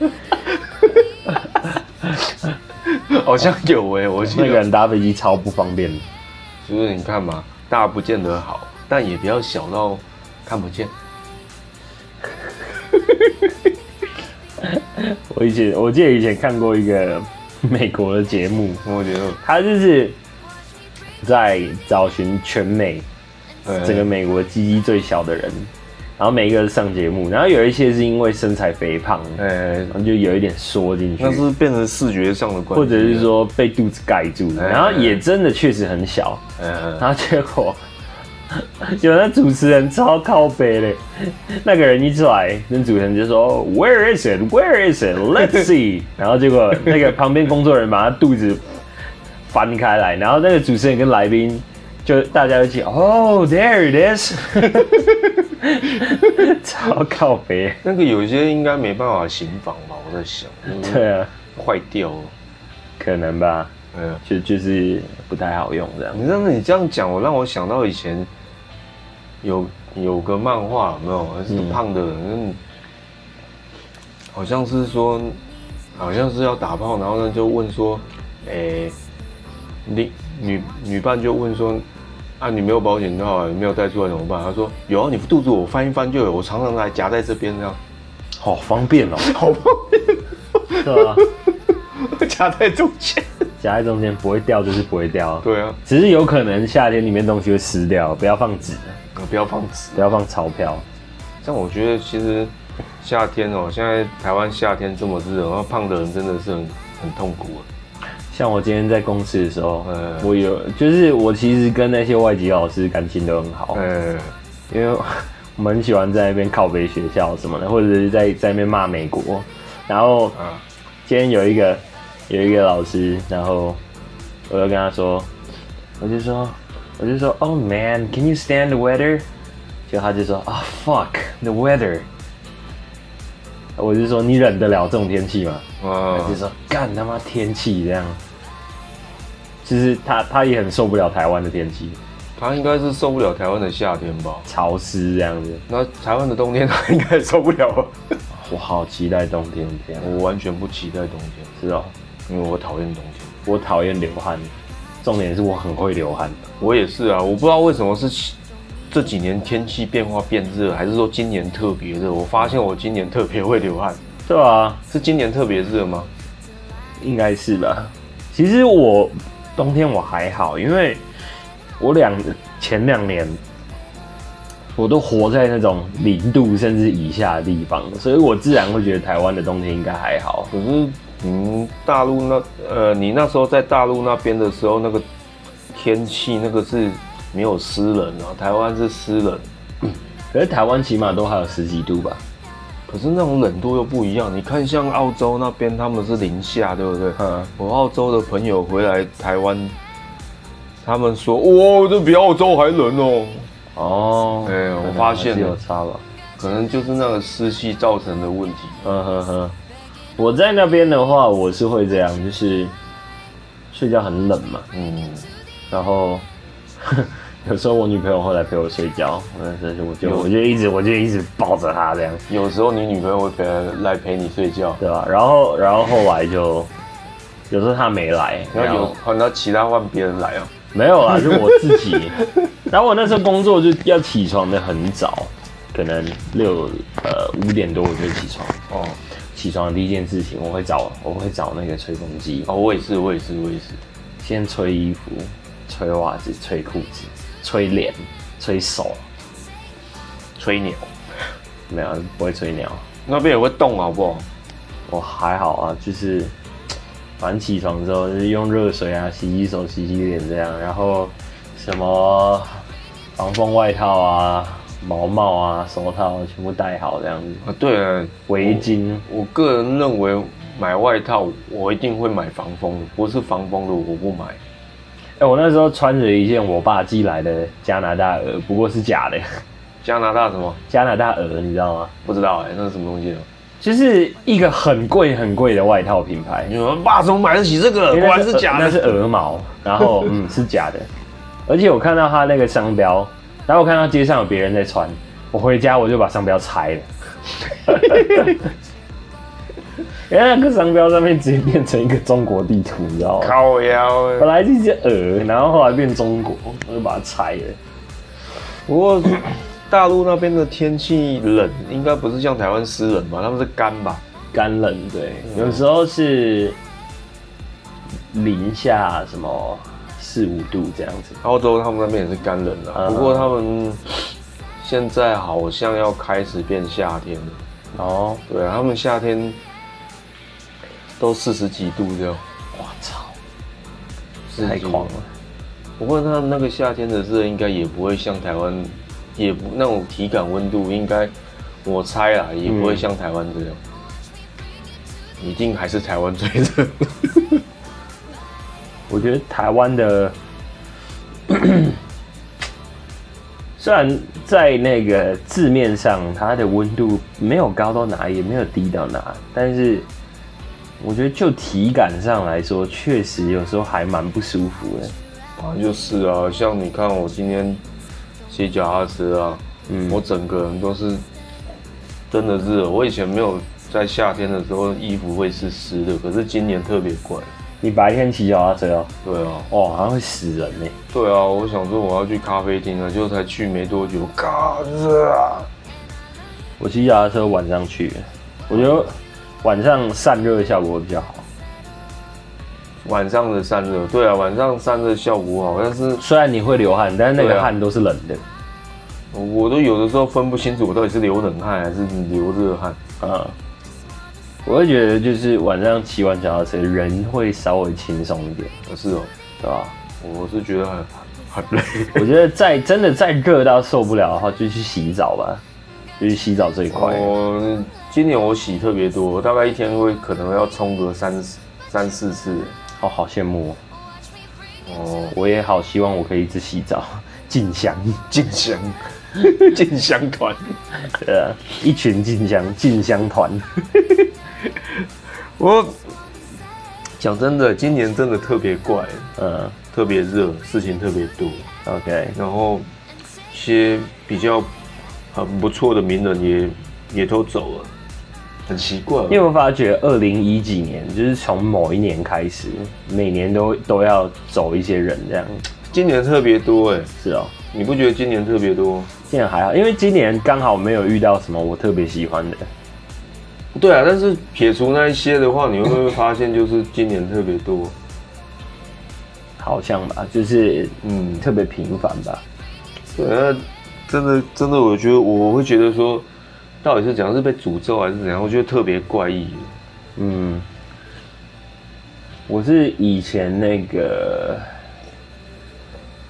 Speaker 2: 好像有哎、我记
Speaker 3: 那个
Speaker 2: 得
Speaker 3: 人搭飞机超不方便的。
Speaker 2: 就是你看嘛，大不见得好，但也不要小到看不见。
Speaker 3: 我以前我记得以前看过一个 美国的节目，
Speaker 2: 我觉得
Speaker 3: 他就是在找寻全美
Speaker 2: 呃
Speaker 3: 整个美国鸡鸡最小的人，然后每一个上节目，然后有一些是因为身材肥胖，然
Speaker 2: 呃，
Speaker 3: 后就有一点缩进去，
Speaker 2: 那是变成视觉上的关系，
Speaker 3: 或者是说被肚子盖住，
Speaker 2: 哎
Speaker 3: 然后也真的确实很小，
Speaker 2: 呃，
Speaker 3: 然后结果 有那主持人超靠背嘞，那个人一出来，那主持人就说 Where is it? Where is it? Let's see。然后结果那个旁边工作人员把他肚子翻开来，然后那个主持人跟来宾就大家一起 Oh there it is 。超靠背，
Speaker 2: 那个有些应该没办法行房吧？我 在想，
Speaker 3: 对啊，
Speaker 2: 坏掉了，
Speaker 3: 可能吧，
Speaker 2: 嗯、呃。
Speaker 3: 就就是不太好用这样。
Speaker 2: 你真的你这样讲，我让我想到以前有有个漫画，有没有？是
Speaker 3: 嗯
Speaker 2: 胖的人，嗯好像是说，好像是要打炮，然后呢就问说，诶、你女女伴就问说，啊，你没有保险套啊，你没有带出来怎么办？他说有啊，你肚子我翻一翻就有，我常常来夹在这边这样，
Speaker 3: 好方便哦，
Speaker 2: 好方
Speaker 3: 是吧？
Speaker 2: 便，夹在中间。
Speaker 3: 啊夹在中间不会掉就是不会掉，
Speaker 2: 对啊，
Speaker 3: 只是有可能夏天里面东西会湿掉，不要放纸，
Speaker 2: 啊不要放纸。
Speaker 3: 不要放钞票。
Speaker 2: 但我觉得其实夏天哦、现在台湾夏天这么热，然后胖的人真的是很很痛苦啊。
Speaker 3: 像我今天在公司的时候，
Speaker 2: 嗯
Speaker 3: 我有就是我其实跟那些外籍老师感情都很好，
Speaker 2: 呃，
Speaker 3: 因为我们很喜欢在那边靠北学校什么的，或者是在在那边骂美国。然后
Speaker 2: 啊，
Speaker 3: 今天有一个有一个老师，然后我就跟他说，我就说我就说，Oh man, can you stand the weather？就他就说啊、fuck the weather。我就说你忍得了这种天气吗？
Speaker 2: 哇
Speaker 3: 就，说干他妈天气这样，就是他他也很受不了台湾的天气，
Speaker 2: 他应该是受不了台湾的夏天吧？
Speaker 3: 潮湿这样子。
Speaker 2: 那台湾的冬天他应该也受不了吧？
Speaker 3: 我好期待冬天这样，
Speaker 2: 我完全不期待冬天，
Speaker 3: 是哦，
Speaker 2: 因为我讨厌冬天。
Speaker 3: 我讨厌流汗，重点是我很会流汗。
Speaker 2: 我也是啊，我不知道为什么是这几年天气变化变热，还是说今年特别热？我发现我今年特别会流汗，
Speaker 3: 对啊，
Speaker 2: 是今年特别热吗？
Speaker 3: 应该是吧。其实我冬天我还好，因为我两前两年我都活在那种零度甚至以下的地方，所以我自然会觉得台湾的冬天应该还好。
Speaker 2: 可是，嗯，大陆那呃，你那时候在大陆那边的时候，那个天气那个是没有湿冷啊，台湾是湿冷，
Speaker 3: 可是台湾起码都还有十几度吧？
Speaker 2: 可是那种冷度又不一样。你看，像澳洲那边他们是零下，对不对？
Speaker 3: 嗯，
Speaker 2: 我澳洲的朋友回来台湾，他们说哇，这比澳洲还冷哦。
Speaker 3: 哦，
Speaker 2: 哎
Speaker 3: 可能
Speaker 2: 我发现
Speaker 3: 还是有
Speaker 2: 了
Speaker 3: 差吧。
Speaker 2: 可能就是那个湿气造成的问题。
Speaker 3: 嗯哼哼，我在那边的话，我是会这样，就是睡觉很冷嘛，
Speaker 2: 嗯，
Speaker 3: 然后 有时候我女朋友会来陪我睡觉，但是我就
Speaker 2: 有
Speaker 3: 我就一直我就一直抱着她这样，
Speaker 2: 有时候你女朋友会陪来陪你睡觉，
Speaker 3: 对吧？然后然后后来就有时候她没来，
Speaker 2: 然
Speaker 3: 然
Speaker 2: 后
Speaker 3: 后
Speaker 2: 有，然后其他换别人来啊。
Speaker 3: 没有啦，是我自己。 然后我那时候工作就要起床的很早，可能六呃五点多我就起床。
Speaker 2: 哦，
Speaker 3: 起床的第一件事情，我会找我会找那个吹风机，
Speaker 2: 哦，我也是，我也是，我也是。
Speaker 3: 先吹衣服、吹袜子、吹裤子、吹脸、吹手，
Speaker 2: 吹牛，
Speaker 3: 没有不会吹鸟。
Speaker 2: 那边也会动，啊好不好？
Speaker 3: 我还好啊，就是反正起床之后就是用热水啊洗洗手、洗洗脸这样，然后什么 防风外套啊、毛帽啊、手套啊全部戴好这样子，
Speaker 2: 啊，对了，
Speaker 3: 围巾。
Speaker 2: 我个人认为买外套，我一定会买防风的，不是防风的我不买。
Speaker 3: 哎、我那时候穿着一件我爸寄来的加拿大鹅，不过是假的。
Speaker 2: 加拿大什么？
Speaker 3: 加拿大鹅，你知道吗？
Speaker 2: 不知道哎、那是什么东西啊？
Speaker 3: 就是一个很贵很贵的外套品牌，
Speaker 2: 你们爸怎么买得起这个？
Speaker 3: 因
Speaker 2: 呃果
Speaker 3: 为
Speaker 2: 然
Speaker 3: 那呃
Speaker 2: 是假
Speaker 3: 那
Speaker 2: 的。
Speaker 3: 是鹅毛，然 后嗯是假的，而且我看到它那个商标，然后我看到街上有别人在穿，我回家我就把商标拆了， 因为那个商标上面直接变成一个中国地图，你知道吗？
Speaker 2: 靠腰欸
Speaker 3: 本来是一只鹅，然后后来变中国，我就把它拆了。
Speaker 2: 不过大陆那边的天气冷，应该不是像台湾湿冷吧？他们是干吧？
Speaker 3: 干冷，对，
Speaker 2: 嗯
Speaker 3: 有时候是零下什么四五度这样子。
Speaker 2: 澳洲他们那边也是干冷啊，
Speaker 3: 嗯
Speaker 2: 不过他们现在好像要开始变夏天了。
Speaker 3: 哦，
Speaker 2: 对啊，他们夏天都四十几度这样，
Speaker 3: 我操，
Speaker 2: 40
Speaker 3: 太
Speaker 2: 几度
Speaker 3: 狂了！
Speaker 2: 不过他们那个夏天的热应该也不会像台湾，也不那种体感温度应该，我猜啦，也不会像台湾这样，一定还是台湾最 热。
Speaker 3: 我觉得台湾的 虽然在那个字面上它的温度没有高到哪，也没有低到哪，但是我觉得就体感上来说，确实有时候还蛮不舒服的。
Speaker 2: 啊，就是啊，像你看我今天骑脚踏车啊，
Speaker 3: 嗯
Speaker 2: 我整个人都是真的热。我以前没有在夏天的时候衣服会是湿的，可是今年特别怪。
Speaker 3: 你白天骑脚踏车哦，
Speaker 2: 对啊，
Speaker 3: 哦，好像会死人呢、
Speaker 2: 对啊，我想说我要去咖啡厅啊，结果才去没多久，嘎热啊！
Speaker 3: 我骑脚踏车晚上去，我觉得晚上散热效果会比较好。
Speaker 2: 晚上的散热，对啊，晚上散热效果好，但是
Speaker 3: 虽然你会流汗，但是那
Speaker 2: 对
Speaker 3: 个
Speaker 2: 啊
Speaker 3: 汗都是冷的。
Speaker 2: 我都有的时候分不清楚我到底是流冷汗还是流热汗。
Speaker 3: 嗯，我会觉得就是晚上骑完脚踏车，人会稍微轻松一点，
Speaker 2: 可是哦，
Speaker 3: 对吧？
Speaker 2: 我是觉得很很累。
Speaker 3: 我觉得再真的再热到受不了的话，就去洗澡吧，就去洗澡最快。
Speaker 2: 哦我今年我洗特别多，我大概一天会可能要冲个三三四次。
Speaker 3: 哦，好羡慕哦，
Speaker 2: 哦，
Speaker 3: 我也好希望我可以一直洗澡， 静香，
Speaker 2: 进香， 进香团，
Speaker 3: 对啊，一群静香静香团。
Speaker 2: 我讲真的，今年真的特别怪，
Speaker 3: 嗯
Speaker 2: 特别热，事情特别多，
Speaker 3: ，OK，
Speaker 2: 然后一些比较很不错的名人也也都走了，很奇怪。
Speaker 3: 你有没有发觉，二零一几年就是从某一年开始，每年都都要走一些人这样？
Speaker 2: 今年特别多哎，
Speaker 3: 是哦，
Speaker 2: 你不觉得今年特别多？
Speaker 3: 今年还好，因为今年刚好没有遇到什么我特别喜欢的。
Speaker 2: 对啊，但是撇除那一些的话，你会不会发现就是今年特别多？
Speaker 3: 好像吧，就是
Speaker 2: 嗯，
Speaker 3: 特别频繁吧。
Speaker 2: 对，那真的真的，我觉得我会觉得说，到底是怎样是被诅咒还是怎样？我觉得特别怪异。
Speaker 3: 嗯，我是以前那个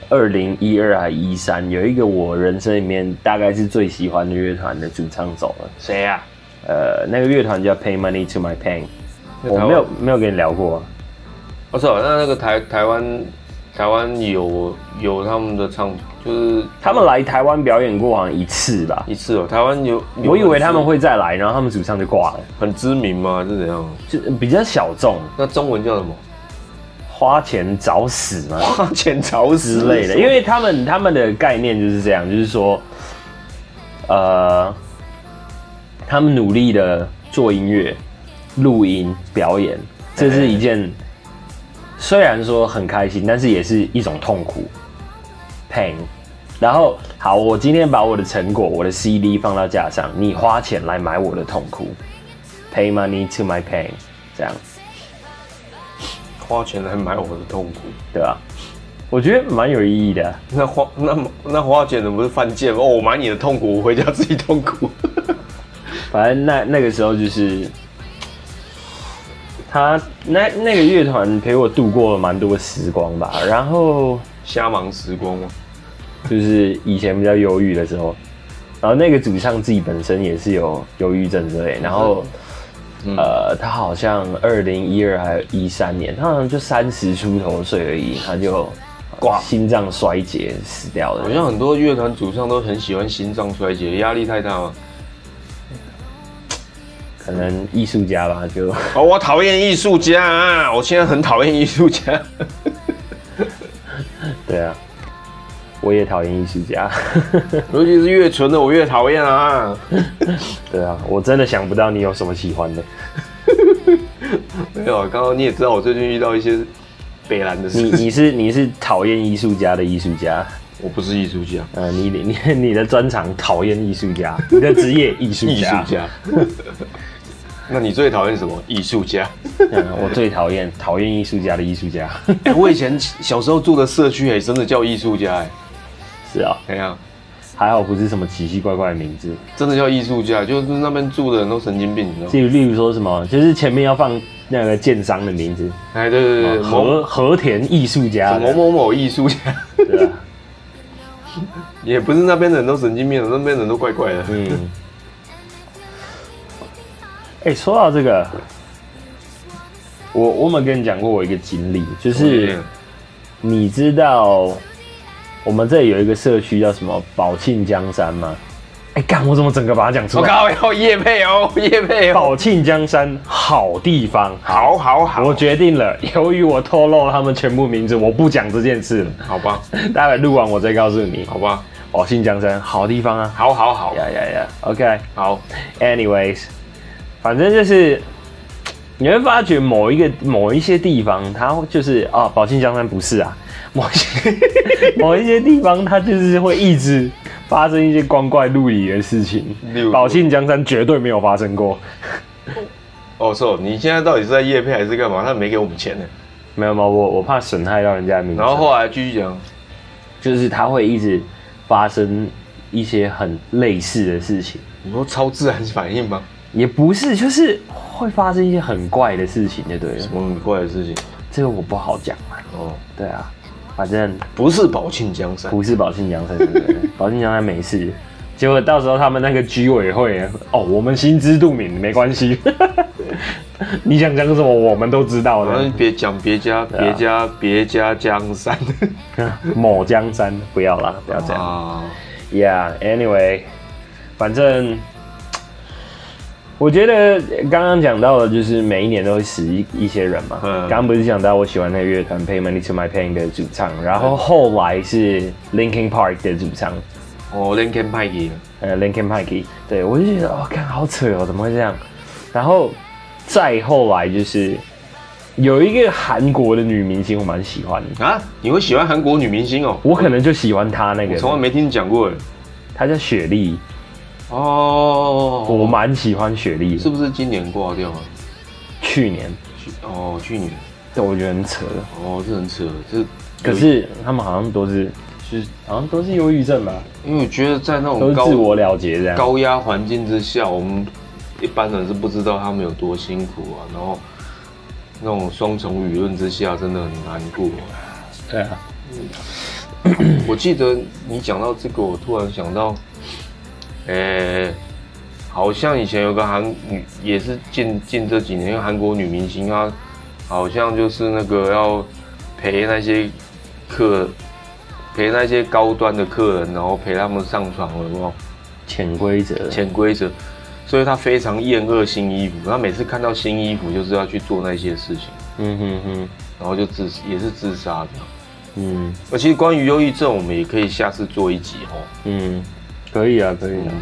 Speaker 3: 二零一二还一三，有一个我人生里面大概是最喜欢的乐团的主唱走了。
Speaker 2: 谁呀、
Speaker 3: 呃，那个乐团叫 Pay Money to My Pain，
Speaker 2: 在
Speaker 3: 我
Speaker 2: 台湾
Speaker 3: 没有没有跟你聊过啊。
Speaker 2: 我、哦、操，那那个台台湾台湾有有他们的唱，就是
Speaker 3: 他们来台湾表演过好像一次吧，
Speaker 2: 一次哦，台湾有，有
Speaker 3: 我以为他们会再来，然后他们主唱就挂了，
Speaker 2: 很知名吗？还是怎样？
Speaker 3: 就比较小众，
Speaker 2: 那中文叫什么？
Speaker 3: 花钱找死嘛
Speaker 2: 花钱找
Speaker 3: 之类的。因为他们他们的概念就是这样，就是说，呃，他们努力的做音乐、录音、表演，这是一件虽然说很开心，但是也是一种痛苦，pain。然后，好，我今天把我的成果，我的 CD 放到架上，你花钱来买我的痛苦，pay money to my pain，这样。
Speaker 2: 花钱来买我的痛苦，
Speaker 3: 对吧？我觉得蛮有意义的啊、
Speaker 2: 那花那那花钱的不是犯贱吗？哦，我买你的痛苦，我回家自己痛苦。
Speaker 3: 反正那那个时候就是，他那那个乐团陪我度过了蛮多时光吧。然后
Speaker 2: 瞎忙时光吗？
Speaker 3: 就是以前比较忧郁的时候，然后那个主唱自己本身也是有忧郁症之类，然后。
Speaker 2: 嗯
Speaker 3: 呃，他好像二零一二还有一三年，他好像就三十出头岁而已，他就啊、
Speaker 2: 挂
Speaker 3: 心脏衰竭死掉的
Speaker 2: 好
Speaker 3: 人。
Speaker 2: 像很多乐团主唱都很喜欢心脏衰竭，压力太大嘛。
Speaker 3: 可能艺术家吧，就
Speaker 2: 哦，我讨厌艺术家、啊，我现在很讨厌艺术 家。
Speaker 3: 对啊，我也讨厌艺术家。
Speaker 2: 尤其是越纯的，我越讨厌啊！
Speaker 3: 对啊，我真的想不到你有什么喜欢的。
Speaker 2: 没有啊，刚刚你也知道，我最近遇到一些北兰
Speaker 3: 你
Speaker 2: 的事。
Speaker 3: 你是你是讨厌艺术家的艺术家，
Speaker 2: 我不是艺术家，
Speaker 3: 呃，你你 你你的专长讨厌艺术家，你的职业艺术
Speaker 2: 艺术
Speaker 3: 家。
Speaker 2: 家。 那你最讨厌什么？艺术家。
Speaker 3: 嗯，我最讨厌讨厌艺术家的艺术家。
Speaker 2: 哎我以前小时候住的社区，还真的叫艺术家、哎，
Speaker 3: 是啊，
Speaker 2: 哎呀，
Speaker 3: 还好不是什么奇奇怪怪的名字，
Speaker 2: 真的叫艺术家，就是那边住的人都神经病，你知道吗？
Speaker 3: 就例如说什么，就是前面要放那个建商的名字，
Speaker 2: 哎，对对对，某
Speaker 3: 和和田艺术家
Speaker 2: 某
Speaker 3: 的，
Speaker 2: 某某艺术家，
Speaker 3: 对啊，
Speaker 2: 也不是那边的人都神经病，那边人都怪怪的。
Speaker 3: 嗯。 哎、说到这个，我我有没有跟你讲过我一个经历，就是你知道我们这里有一个社区叫什么宝庆江山吗？哎、干我怎么整个把它讲出
Speaker 2: 我
Speaker 3: 来？
Speaker 2: 靠，要叶配哦，叶配哦，
Speaker 3: 宝庆江山好地方，
Speaker 2: 好好好，
Speaker 3: 我决定了，由于我透露他们全部名字，我不讲这件 事了。
Speaker 2: 好吧，
Speaker 3: 待会录完我再告诉你。
Speaker 2: 好吧，
Speaker 3: 宝庆江山好地方啊！
Speaker 2: 好好好
Speaker 3: 呀呀呀，OK。
Speaker 2: 好，
Speaker 3: Anyways，反正就是你会发觉某一个某一些地方，它就是啊，宝庆江山不是啊， 某一些 某一些地方，它就是会一直发生一些光怪陆离的事情
Speaker 2: 例如。
Speaker 3: 宝庆江山绝对没有发生过，
Speaker 2: 哦，so 你现在到底是在叶配还是干嘛？他没给我们钱呢。
Speaker 3: 没有吗？我我怕损害到人家的名声。
Speaker 2: 然后后来继续讲，
Speaker 3: 就是它会一直发生一些很类似的事情，
Speaker 2: 你说超自然反应吗？
Speaker 3: 也不是，就是会发生一些很怪的事情，就对了
Speaker 2: 什。么很怪的事情？
Speaker 3: 这个我不好讲嘛，
Speaker 2: 哦，
Speaker 3: 对啊，反正
Speaker 2: 不是宝庆江山，
Speaker 3: 不是宝庆江山，对不对宝庆江山没事。 结果到时候他们那个居委会，哦，我们心知肚明，没关系。 你想讲什么，我们都知道
Speaker 2: 反 正
Speaker 3: 的。
Speaker 2: 别讲别家
Speaker 3: 啊
Speaker 2: 别家别家江山
Speaker 3: 某江山，不要啦，不要这样。
Speaker 2: 啊，
Speaker 3: Yeah，anyway，反正我觉得刚刚讲到的，就是每一年都会死一一些人嘛。
Speaker 2: 嗯
Speaker 3: 刚刚不是讲到我喜欢那个乐团 Pay Money to My Pain 的主唱，然后后来是 Linkin Park 的主唱，
Speaker 2: 哦，Linkin Park
Speaker 3: 呃，Linkin Park，对我就觉得哦，看好扯哦，怎么会这样？然后再后来就是有一个韩国的女明星，我蛮喜欢的，
Speaker 2: 啊，你会喜欢韩国女明星哦？
Speaker 3: 我可能就喜欢她那
Speaker 2: 我
Speaker 3: 个，
Speaker 2: 从来没听你讲过哎。
Speaker 3: 她叫雪莉，
Speaker 2: 哦，
Speaker 3: 我蛮喜欢雪莉的，
Speaker 2: 是不是今年挂掉啊？
Speaker 3: 去年。
Speaker 2: 去哦，去年
Speaker 3: 对，我觉得很扯的。
Speaker 2: 哦，这很扯，这
Speaker 3: 可是他们好像都是，就是好像都是忧郁症吧，
Speaker 2: 因为我觉得在那
Speaker 3: 都
Speaker 2: 种
Speaker 3: 是
Speaker 2: 高
Speaker 3: 自我了结这样。
Speaker 2: 高压环境之下，我们一般人是不知道他们有多辛苦啊。然后那种双重舆论之下，真的很难过。
Speaker 3: 对啊，
Speaker 2: 我记得你讲到这个，我突然想到，呃、好像以前有个韩女，也是近近这几年，因为韩国女明星她好像就是那个要陪那些客，陪那些高端的客人，然后陪他们上床，有没有？
Speaker 3: 潜规则。
Speaker 2: 潜规则，所以他非常厌恶新衣服。他每次看到新衣服，就是要去做那些事情，
Speaker 3: 嗯哼哼，
Speaker 2: 然后就自也是自杀的。
Speaker 3: 嗯
Speaker 2: 而其实关于忧郁症，我们也可以下次做一集哦。
Speaker 3: 嗯，可以啊，可以啊。
Speaker 2: 嗯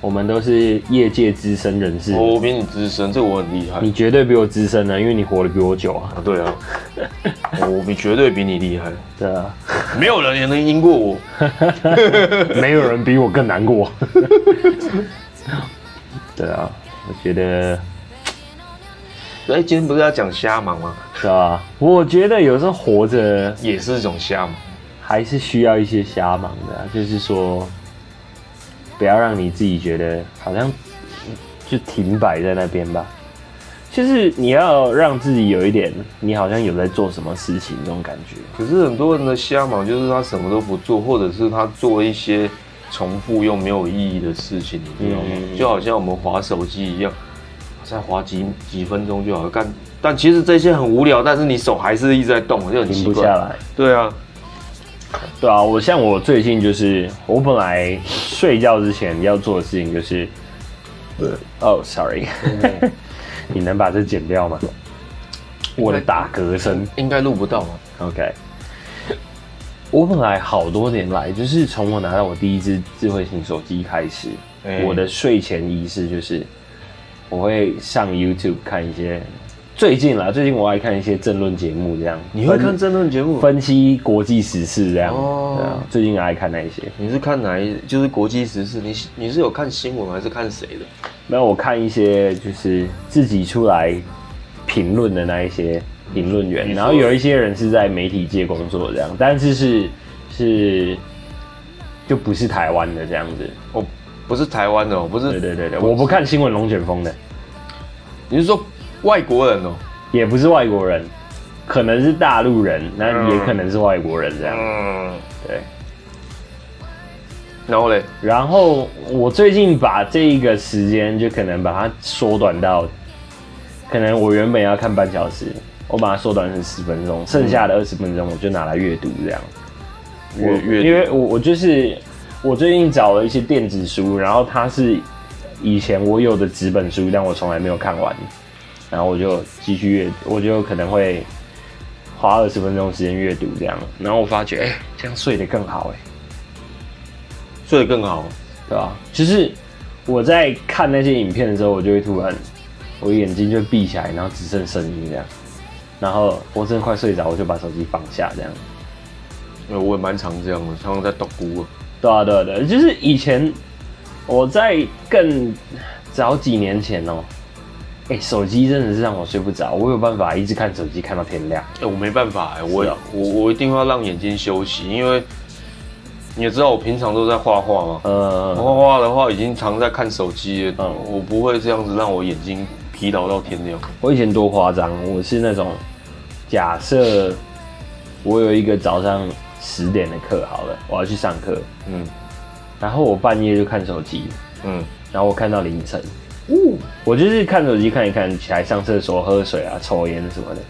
Speaker 3: 我们都是业界资深人士，
Speaker 2: 我哦比你资深，这个我很厉害
Speaker 3: 你绝对比我资深啊，因为你活得比我久啊。
Speaker 2: 啊！ 对啊，我比绝对比哦你厉害，
Speaker 3: 对啊，
Speaker 2: 没有人也能赢过我。
Speaker 3: 没有人比我更难 过。对啊，我觉得
Speaker 2: 哎、今天不是要讲瞎忙吗？
Speaker 3: 对啊，我觉得有时候活着
Speaker 2: 也是一种瞎忙。
Speaker 3: 还是需要一些瞎忙的啊、就是说，不要让你自己觉得好像就停摆在那边吧。就是你要让自己有一点，你好像有在做什么事情这种感觉。
Speaker 2: 可是很多人的瞎忙就是他什么都不做，或者是他做一些重复又没有意义的事情，你知道吗？
Speaker 3: 嗯
Speaker 2: 就好像我们划手机一样，再划几几分钟就好了。干，但其实这些很无聊，但是你手还是一直在动，就很
Speaker 3: 停
Speaker 2: 奇
Speaker 3: 不
Speaker 2: 怪。
Speaker 3: 下来。
Speaker 2: 对啊，
Speaker 3: 对啊，我像我最近就是，我本来睡觉之前要做的事情就是，哦、s o r r y
Speaker 2: 嗯
Speaker 3: 你能把这剪掉吗？我的打嗝声。
Speaker 2: 应该录不到吧？
Speaker 3: OK，我本来好多年来，就是从我拿到我第一只智慧型手机开始，
Speaker 2: 哎
Speaker 3: 我的睡前仪式就是我会上 YouTube 看一些。最近啦，最近我爱看一些政论节目，这样
Speaker 2: 你会看
Speaker 3: 分
Speaker 2: 争论节目？
Speaker 3: 分析国际时事这样。
Speaker 2: 哦
Speaker 3: 对啊，最近爱看那一些。
Speaker 2: 你是看哪一？就是国际时事，你你是有看新闻还是看谁的？
Speaker 3: 那我看一些就是自己出来评论的那一些评论员，
Speaker 2: 你说
Speaker 3: 然后有一些人是在媒体界工作这样，但是是是就不是台湾的这样子。
Speaker 2: 哦，不是台湾的哦，不是。
Speaker 3: 对对对对，我不看新闻龙卷风的，
Speaker 2: 你是说外国人哦？
Speaker 3: 也不是外国人，可能是大陆人，那
Speaker 2: 嗯
Speaker 3: 也可能是外国人这样。
Speaker 2: 嗯，
Speaker 3: 对，
Speaker 2: 然后嘞，
Speaker 3: 然后我最近把这一个时间就可能把它缩短到，可能我原本要看半小时，我把它缩短成十分钟，剩下的二十分钟我就拿来阅读这样。我
Speaker 2: 嗯阅阅读
Speaker 3: 因为我我就是我最近找了一些电子书，然后它是以前我有的纸本书，但我从来没有看完，然后我就继续阅，我就可能会花二十分钟时间阅读这样，然后我发觉哎、这样睡得更好哎、
Speaker 2: 睡得更好。
Speaker 3: 对啊，就是我在看那些影片的时候，我就会突然我眼睛就闭起来，然后只剩声音这样，然后我真的快睡着，我就把手机放下这样。
Speaker 2: 呃我也蛮常这样的，常常在捣鼓啊。
Speaker 3: 对啊，对啊，对啊，就是以前我在更早几年前哦、哎、手机真的是让我睡不着，我有办法一直看手机看到天亮。
Speaker 2: 哎、我没办法哎、我、
Speaker 3: 是啊
Speaker 2: 我我一定要让眼睛休息，因为你也知道我平常都在画画嘛。我
Speaker 3: 呃，
Speaker 2: 画画的话，已经常在看手机了，
Speaker 3: 嗯
Speaker 2: 我不会这样子让我眼睛疲劳到天亮。
Speaker 3: 我以前多夸张，我是那种假设我有一个早上十点的课好了，我要去上课，
Speaker 2: 嗯
Speaker 3: 然后我半夜就看手机，
Speaker 2: 嗯，
Speaker 3: 然后我看到凌晨。我就是看手机看一看，起来上厕所、喝水啊、抽烟什么的，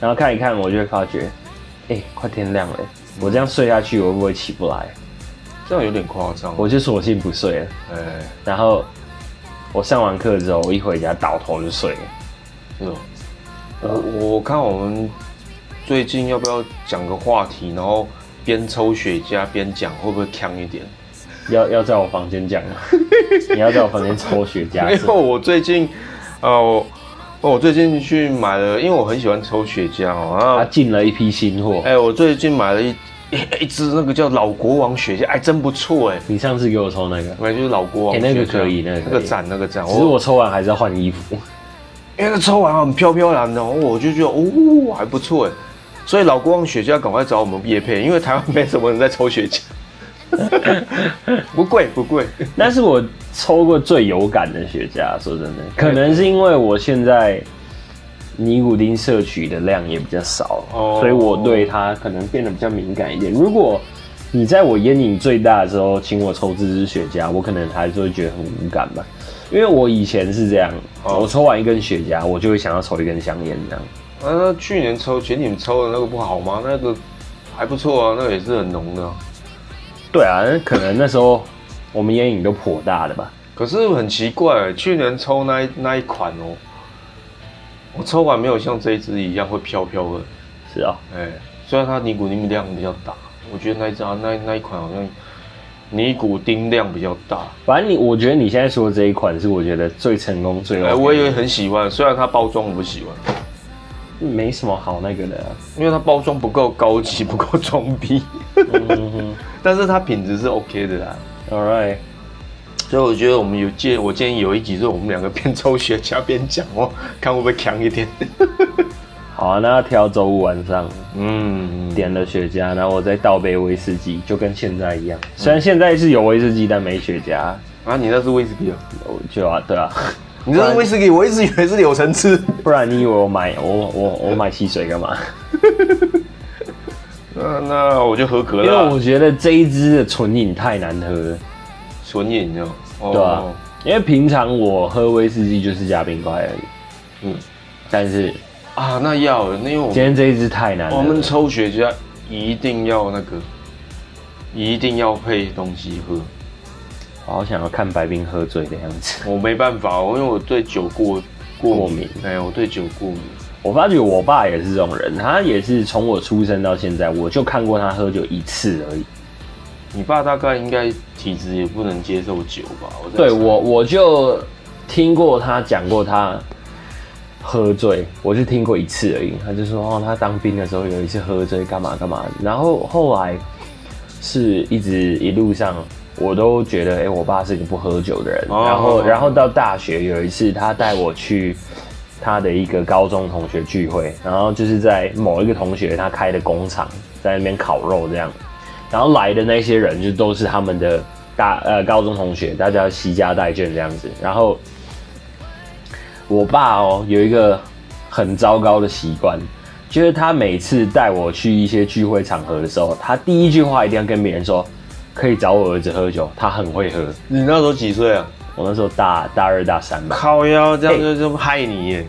Speaker 3: 然后看一看，我就会发觉，哎、快天亮了，我这样睡下去我会不会起不来？
Speaker 2: 这样有点夸张。
Speaker 3: 我就索性不睡了。
Speaker 2: 哎、
Speaker 3: 然后我上完课之后，我一回家倒头就睡了。
Speaker 2: 是哦。我我看我们最近要不要讲个话题，然后边抽雪茄边讲，会不会呛一点？
Speaker 3: 要要在我房间讲吗？你要在我房间抽雪茄
Speaker 2: 因
Speaker 3: 是吗？
Speaker 2: 为 我最近，呃，我我最近去买了，因为我很喜欢抽雪茄哦，然后
Speaker 3: 他啊进了一批新货
Speaker 2: 哎、。我最近买了一 一一支那个叫老国王雪茄，哎，真不错哎，
Speaker 3: 你上次给我抽那个，
Speaker 2: 买就是老国王
Speaker 3: 哎
Speaker 2: 雪茄、
Speaker 3: 那个可以那个可以
Speaker 2: 那个赞那个赞，
Speaker 3: 只是我抽完还是要换衣服。
Speaker 2: 因为那抽完很飘飘然的，我就觉得哦还不错哎，所以老国王雪茄赶快找我们叶配，因为台湾没什么人在抽雪茄，不贵不贵，
Speaker 3: 那是我抽过最有感的雪茄，说真的，可能是因为我现在尼古丁摄取的量也比较少，
Speaker 2: 哦
Speaker 3: 所以我对它可能变得比较敏感一点。如果你在我烟瘾最大的时候请我抽这支雪茄，我可能还是会觉得很无感吧，因为我以前是这样，
Speaker 2: 哦
Speaker 3: 我抽完一根雪茄，我就会想要抽一根香烟这样。
Speaker 2: 啊，那去年抽前年抽的那个不好吗？那个还不错啊，那个也是很浓的啊、
Speaker 3: 对啊，那可能那时候我们烟瘾都颇大的吧。
Speaker 2: 可是很奇怪，去年抽那一那一款哦，我抽完没有像这一支一样会飘飘的，
Speaker 3: 是啊、
Speaker 2: 哎、虽然它尼古丁量比较大，我觉得那一支啊那那一款好像尼古丁量比较大，
Speaker 3: 反正你，我觉得你现在说的这一款是我觉得最成功、最 OK
Speaker 2: 哎、
Speaker 3: 的
Speaker 2: 我也很喜欢，虽然它包装我不喜欢，
Speaker 3: 没什么好那个的、
Speaker 2: 因为它包装不够高级， 不够装逼，嗯但是它品质是 OK 的啦。
Speaker 3: All right，
Speaker 2: 所以我觉得我们有建，我建议有一集是我们两个边抽雪茄边讲哦，看会不会强一点。
Speaker 3: 好啊，那要挑周五晚上
Speaker 2: 嗯，
Speaker 3: 点了雪茄，然后我再倒杯威士忌，就跟现在一样。
Speaker 2: 嗯
Speaker 3: 虽然现在是有威士忌，但没雪茄，
Speaker 2: 啊，你那是威士忌啊？
Speaker 3: 我就啊，对 啊，
Speaker 2: 你这是威士忌，我一直以为是柳橙汁。
Speaker 3: 不然你以为我买我我我买汽水干嘛？
Speaker 2: 那那我就合
Speaker 3: 因
Speaker 2: 格
Speaker 3: 为
Speaker 2: 了
Speaker 3: 我
Speaker 2: 啊。
Speaker 3: 觉得这一支的纯饮太难喝了，
Speaker 2: 纯饮料，哦
Speaker 3: 对啊，因为平常我喝威士忌就是加冰块而已，
Speaker 2: 嗯
Speaker 3: 但是
Speaker 2: 啊，那要，那因为我
Speaker 3: 今
Speaker 2: 们
Speaker 3: 天这一支太难喝
Speaker 2: 我
Speaker 3: 了。
Speaker 2: 们抽雪茄一定要那个一定要配东西喝。
Speaker 3: 我好想要看白冰喝醉的样子。
Speaker 2: 我没办法，我因为我对酒过
Speaker 3: 过
Speaker 2: 过
Speaker 3: 敏
Speaker 2: 敏，哎，我对酒过敏。
Speaker 3: 我发觉我爸也是这种人，他也是从我出生到现在，我就看过他喝酒一次而已。
Speaker 2: 你爸大概应该体质也不能接受酒吧？我在
Speaker 3: 对
Speaker 2: 猜
Speaker 3: 我，我就听过他讲过他喝醉，我就听过一次而已。他就说哦，他当兵的时候有一次喝醉，干嘛干嘛。然后后来是一直一路上，我都觉得哎、诶我爸是个不喝酒的人。
Speaker 2: 哦
Speaker 3: 然后，然后到大学有一次，他带我去。他的一个高中同学聚会，然后就是在某一个同学他开的工厂，在那边烤肉这样，然后来的那些人就都是他们的大呃高中同学，大家惜家带眷这样子。然后我爸哦有一个很糟糕的习惯，就是他每次带我去一些聚会场合的时候，他第一句话一定要跟别人说，可以找我儿子喝酒，他很会喝。
Speaker 2: 你那时候几岁啊？
Speaker 3: 我那时候大大二大 三吧，
Speaker 2: 靠腰这样就就害你耶！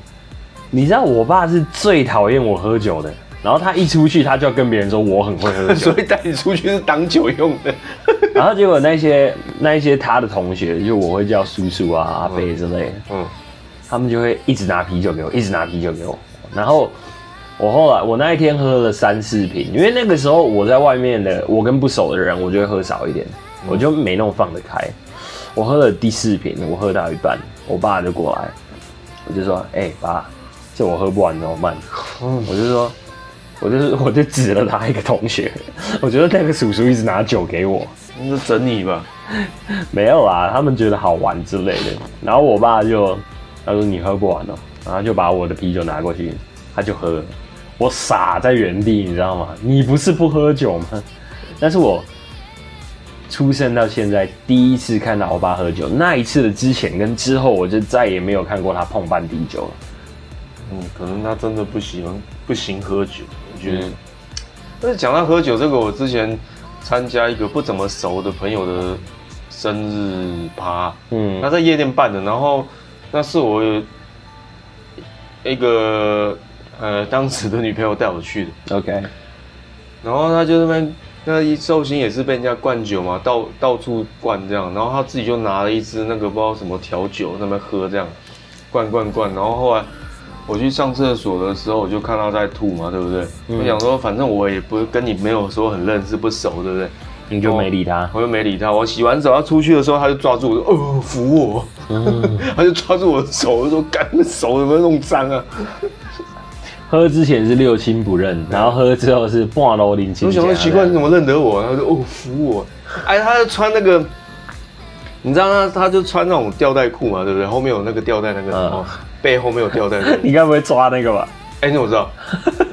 Speaker 3: 你知道我爸是最讨厌我喝酒的，然后他一出去他就要跟别人说我很会喝酒，
Speaker 2: 所以带你出去是挡酒用的。
Speaker 3: 然后结果那些那一些他的同学，就我会叫叔叔啊、阿伯之类的，
Speaker 2: 嗯，
Speaker 3: 他们就会一直拿啤酒给我，一直拿啤酒给我。然后我后来我那一天喝了三四瓶，因为那个时候我在外面的，我跟不熟的人，我就会喝少一点，
Speaker 2: 嗯
Speaker 3: 我就没那么放得开。我喝了第四瓶，我喝到一半，我爸就过来，我就说：“哎、爸，这我喝不完怎么办？”
Speaker 2: 嗯
Speaker 3: 我就说。我就是， 我就指了他一个同学，我觉得那个叔叔一直拿酒给我，
Speaker 2: 那就整你吧。
Speaker 3: 没有啦，他们觉得好玩之类的。然后我爸就他说你喝不完哦、然后就把我的啤酒拿过去，他就喝了。我傻在原地，你知道吗？你不是不喝酒吗？但是我出生到现在第一次看到我爸喝酒，那一次的之前跟之后，我就再也没有看过他碰半滴酒了。
Speaker 2: 嗯，可能他真的不喜欢不行喝酒，我觉得。但是讲到喝酒这个，我之前参加一个不怎么熟的朋友的生日趴，
Speaker 3: 嗯
Speaker 2: 他在夜店办的，然后那是我有一个呃当时的女朋友带我去的，
Speaker 3: ，OK，
Speaker 2: 然后他就那边那一寿星也是被人家灌酒嘛，到到处灌这样，然后他自己就拿了一支那个不知道什么调酒那边喝这样，灌灌灌，然后后来我去上厕所的时候，我就看到他在吐嘛，对不对？我想说反正我也不是跟你没有说很认识不熟，对不对？
Speaker 3: 你就没理他。
Speaker 2: 我就没理他，我洗完手要出去的时候，他就抓住我说：“哦，扶我！” 他就抓住我的手，我说：“干，手有没有弄脏啊
Speaker 3: 喝之前是六亲不认，然后喝之后是半楼零？”亲。
Speaker 2: 我想说奇怪，你怎么认得我？他说：“哦，扶我！”哎，他就穿那个，你知道他他就穿那种吊带裤嘛，对不对？后面有那个吊带那个什么，背后面有吊带那个。
Speaker 3: 你该不会抓那个吧？
Speaker 2: 哎、你怎么 知道？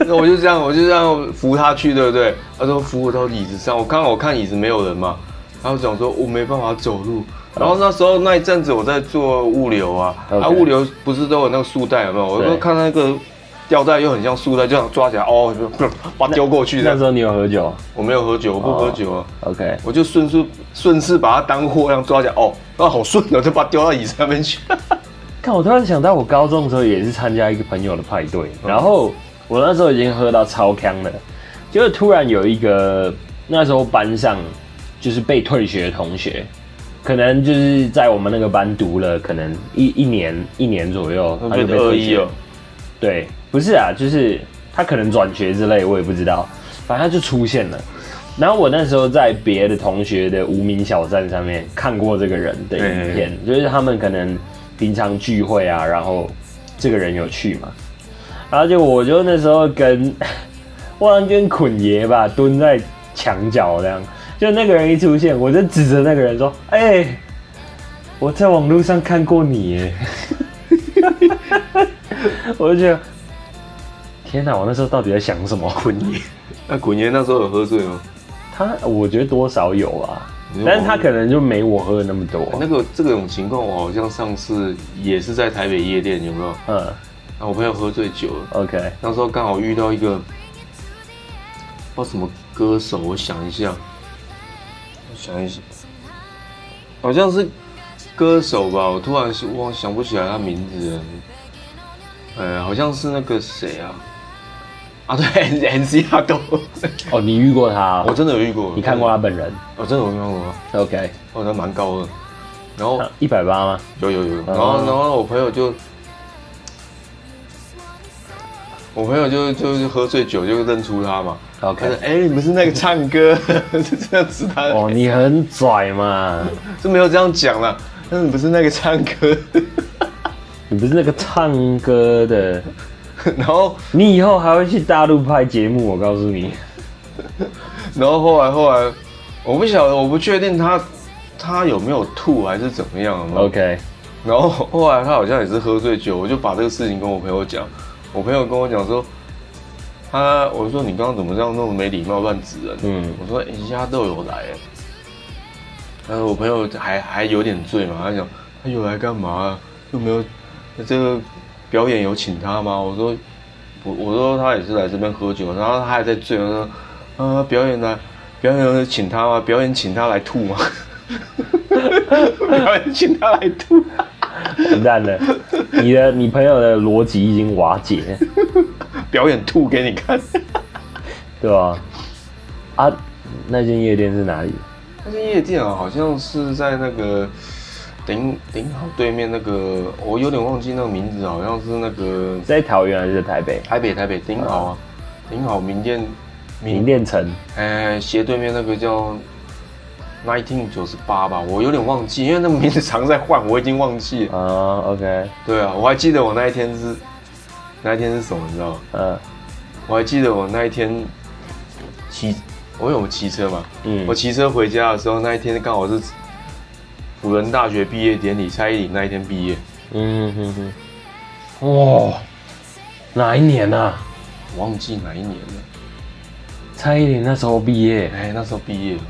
Speaker 2: 那我就这样，我就这样扶他去，对不对？他说扶我到椅子上，我刚好我看椅子没有人嘛，然后讲说我没办法走路。然后那时候那一阵子我在做物流啊，啊
Speaker 3: OK
Speaker 2: 物流不是都有那个束带有没有？我
Speaker 3: 对
Speaker 2: 就看那个吊带又很像束带，就想抓起来哦，就 把它丢过去这
Speaker 3: 那
Speaker 2: 样
Speaker 3: 时。候哦你有喝酒
Speaker 2: 我没有喝酒，我不喝酒啊，
Speaker 3: ？OK，
Speaker 2: 我就顺势顺势把它当货一样抓起来，哦，那好顺哦，就把它丢到椅子上面去。
Speaker 3: 看，我突然想到，我高中的时候也是参加一个朋友的派对，然后我那时候已经喝到超康了，结果突然有一个那时候班上就是被退学的同学，可能就是在我们那个班读了可能一一年一年左右，他就被
Speaker 2: 恶
Speaker 3: 退
Speaker 2: 意
Speaker 3: 学
Speaker 2: 哦。，
Speaker 3: 对，不是啊，就是他可能转学之类，我也不知道，反正他就出现了。然后我那时候在别的同学的无名小站上面看过这个人的影片，就是他们可能平常聚会啊，然后这个人有去嘛，然后就我就那时候跟 我好像跟捆爷吧蹲在墙角这样，就那个人一出现，我就指着那个人说：“哎、我在网络上看过你耶。”我就觉得，天哪！我那时候到底在想什么？
Speaker 2: 滚爷，那滚爷那时候有喝醉吗？
Speaker 3: 他我觉得多少有啊
Speaker 2: 你，说
Speaker 3: 但是他可能就没我喝的那么多。
Speaker 2: 哎那个这种情况，我好像上次也是在台北夜店，有没有？
Speaker 3: 嗯
Speaker 2: 啊，我朋友喝醉酒了，
Speaker 3: ，OK，
Speaker 2: 那时候刚好遇到一个，不知道什么歌手，我想一下，我想一下，好像是歌手吧，我突然是忘想哎不起来他名字了，呃，好像是那个谁啊，啊，对，N C 阿斗，
Speaker 3: 哦，你遇过他？
Speaker 2: 我真的有遇过，
Speaker 3: 你看过他本人
Speaker 2: 我真的有遇过，
Speaker 3: ？OK，
Speaker 2: 哦，那蛮高的。然后
Speaker 3: 一百八吗？
Speaker 2: 有有有，然后然后我朋友就，我朋友就就是喝醉酒就认出他嘛，他
Speaker 3: OK
Speaker 2: 说：“哎、你们是那个唱歌， 是这样子他，
Speaker 3: 哦，你很拽嘛，
Speaker 2: 是没有这样讲啦，但是你不是那个唱歌。
Speaker 3: 你不是那个唱歌的，”
Speaker 2: 然后
Speaker 3: 你以后还会去大陆拍节目，我告诉你。
Speaker 2: 然后后来后来，我不晓得，我不确定他他有没有吐还是怎么样。有没有
Speaker 3: OK，
Speaker 2: 然后后来他好像也是喝醉酒，我就把这个事情跟我朋友讲，我朋友跟我讲说，他我说你刚刚怎么这样那么没礼貌乱指人？
Speaker 3: 嗯
Speaker 2: 我说欸人家都有来，但是我朋友还还有点醉嘛，他讲他有来干嘛？又没有这个表演有请他吗？我说我我说他也是来这边喝酒，然后他还在醉，我说啊表演来表演有请他吗？表演请他来吐吗？ 表演请他来吐。
Speaker 3: 完蛋了，你的你朋友的逻辑已经瓦解，
Speaker 2: 表演吐给你看。
Speaker 3: 对吧？啊，那间夜店是哪里？
Speaker 2: 那间夜店啊，好像是在那个顶顶好对面那个，我有点忘记那个名字，好像是那个
Speaker 3: 在桃园还是在台北？
Speaker 2: 台北台北顶好啊，顶好名店
Speaker 3: 名店城。
Speaker 2: 哎斜对面那个叫 nineteen 九十八吧，我有点忘记，因为那个名字常在换，我已经忘记了。
Speaker 3: 啊，OK，
Speaker 2: 对啊，我还记得我那一天是那一天是什么，你知道吗？
Speaker 3: 嗯
Speaker 2: 我还记得我那一天骑，我有骑车嘛，
Speaker 3: 嗯
Speaker 2: 我骑车回家的时候，那一天刚好是辅仁大学毕业典礼，蔡依林那一天毕业，
Speaker 3: 嗯哼哼，哇，哪一年啊？
Speaker 2: 我忘记哪一年了。
Speaker 3: 蔡依林那时候毕业
Speaker 2: 哎，那时候毕业了，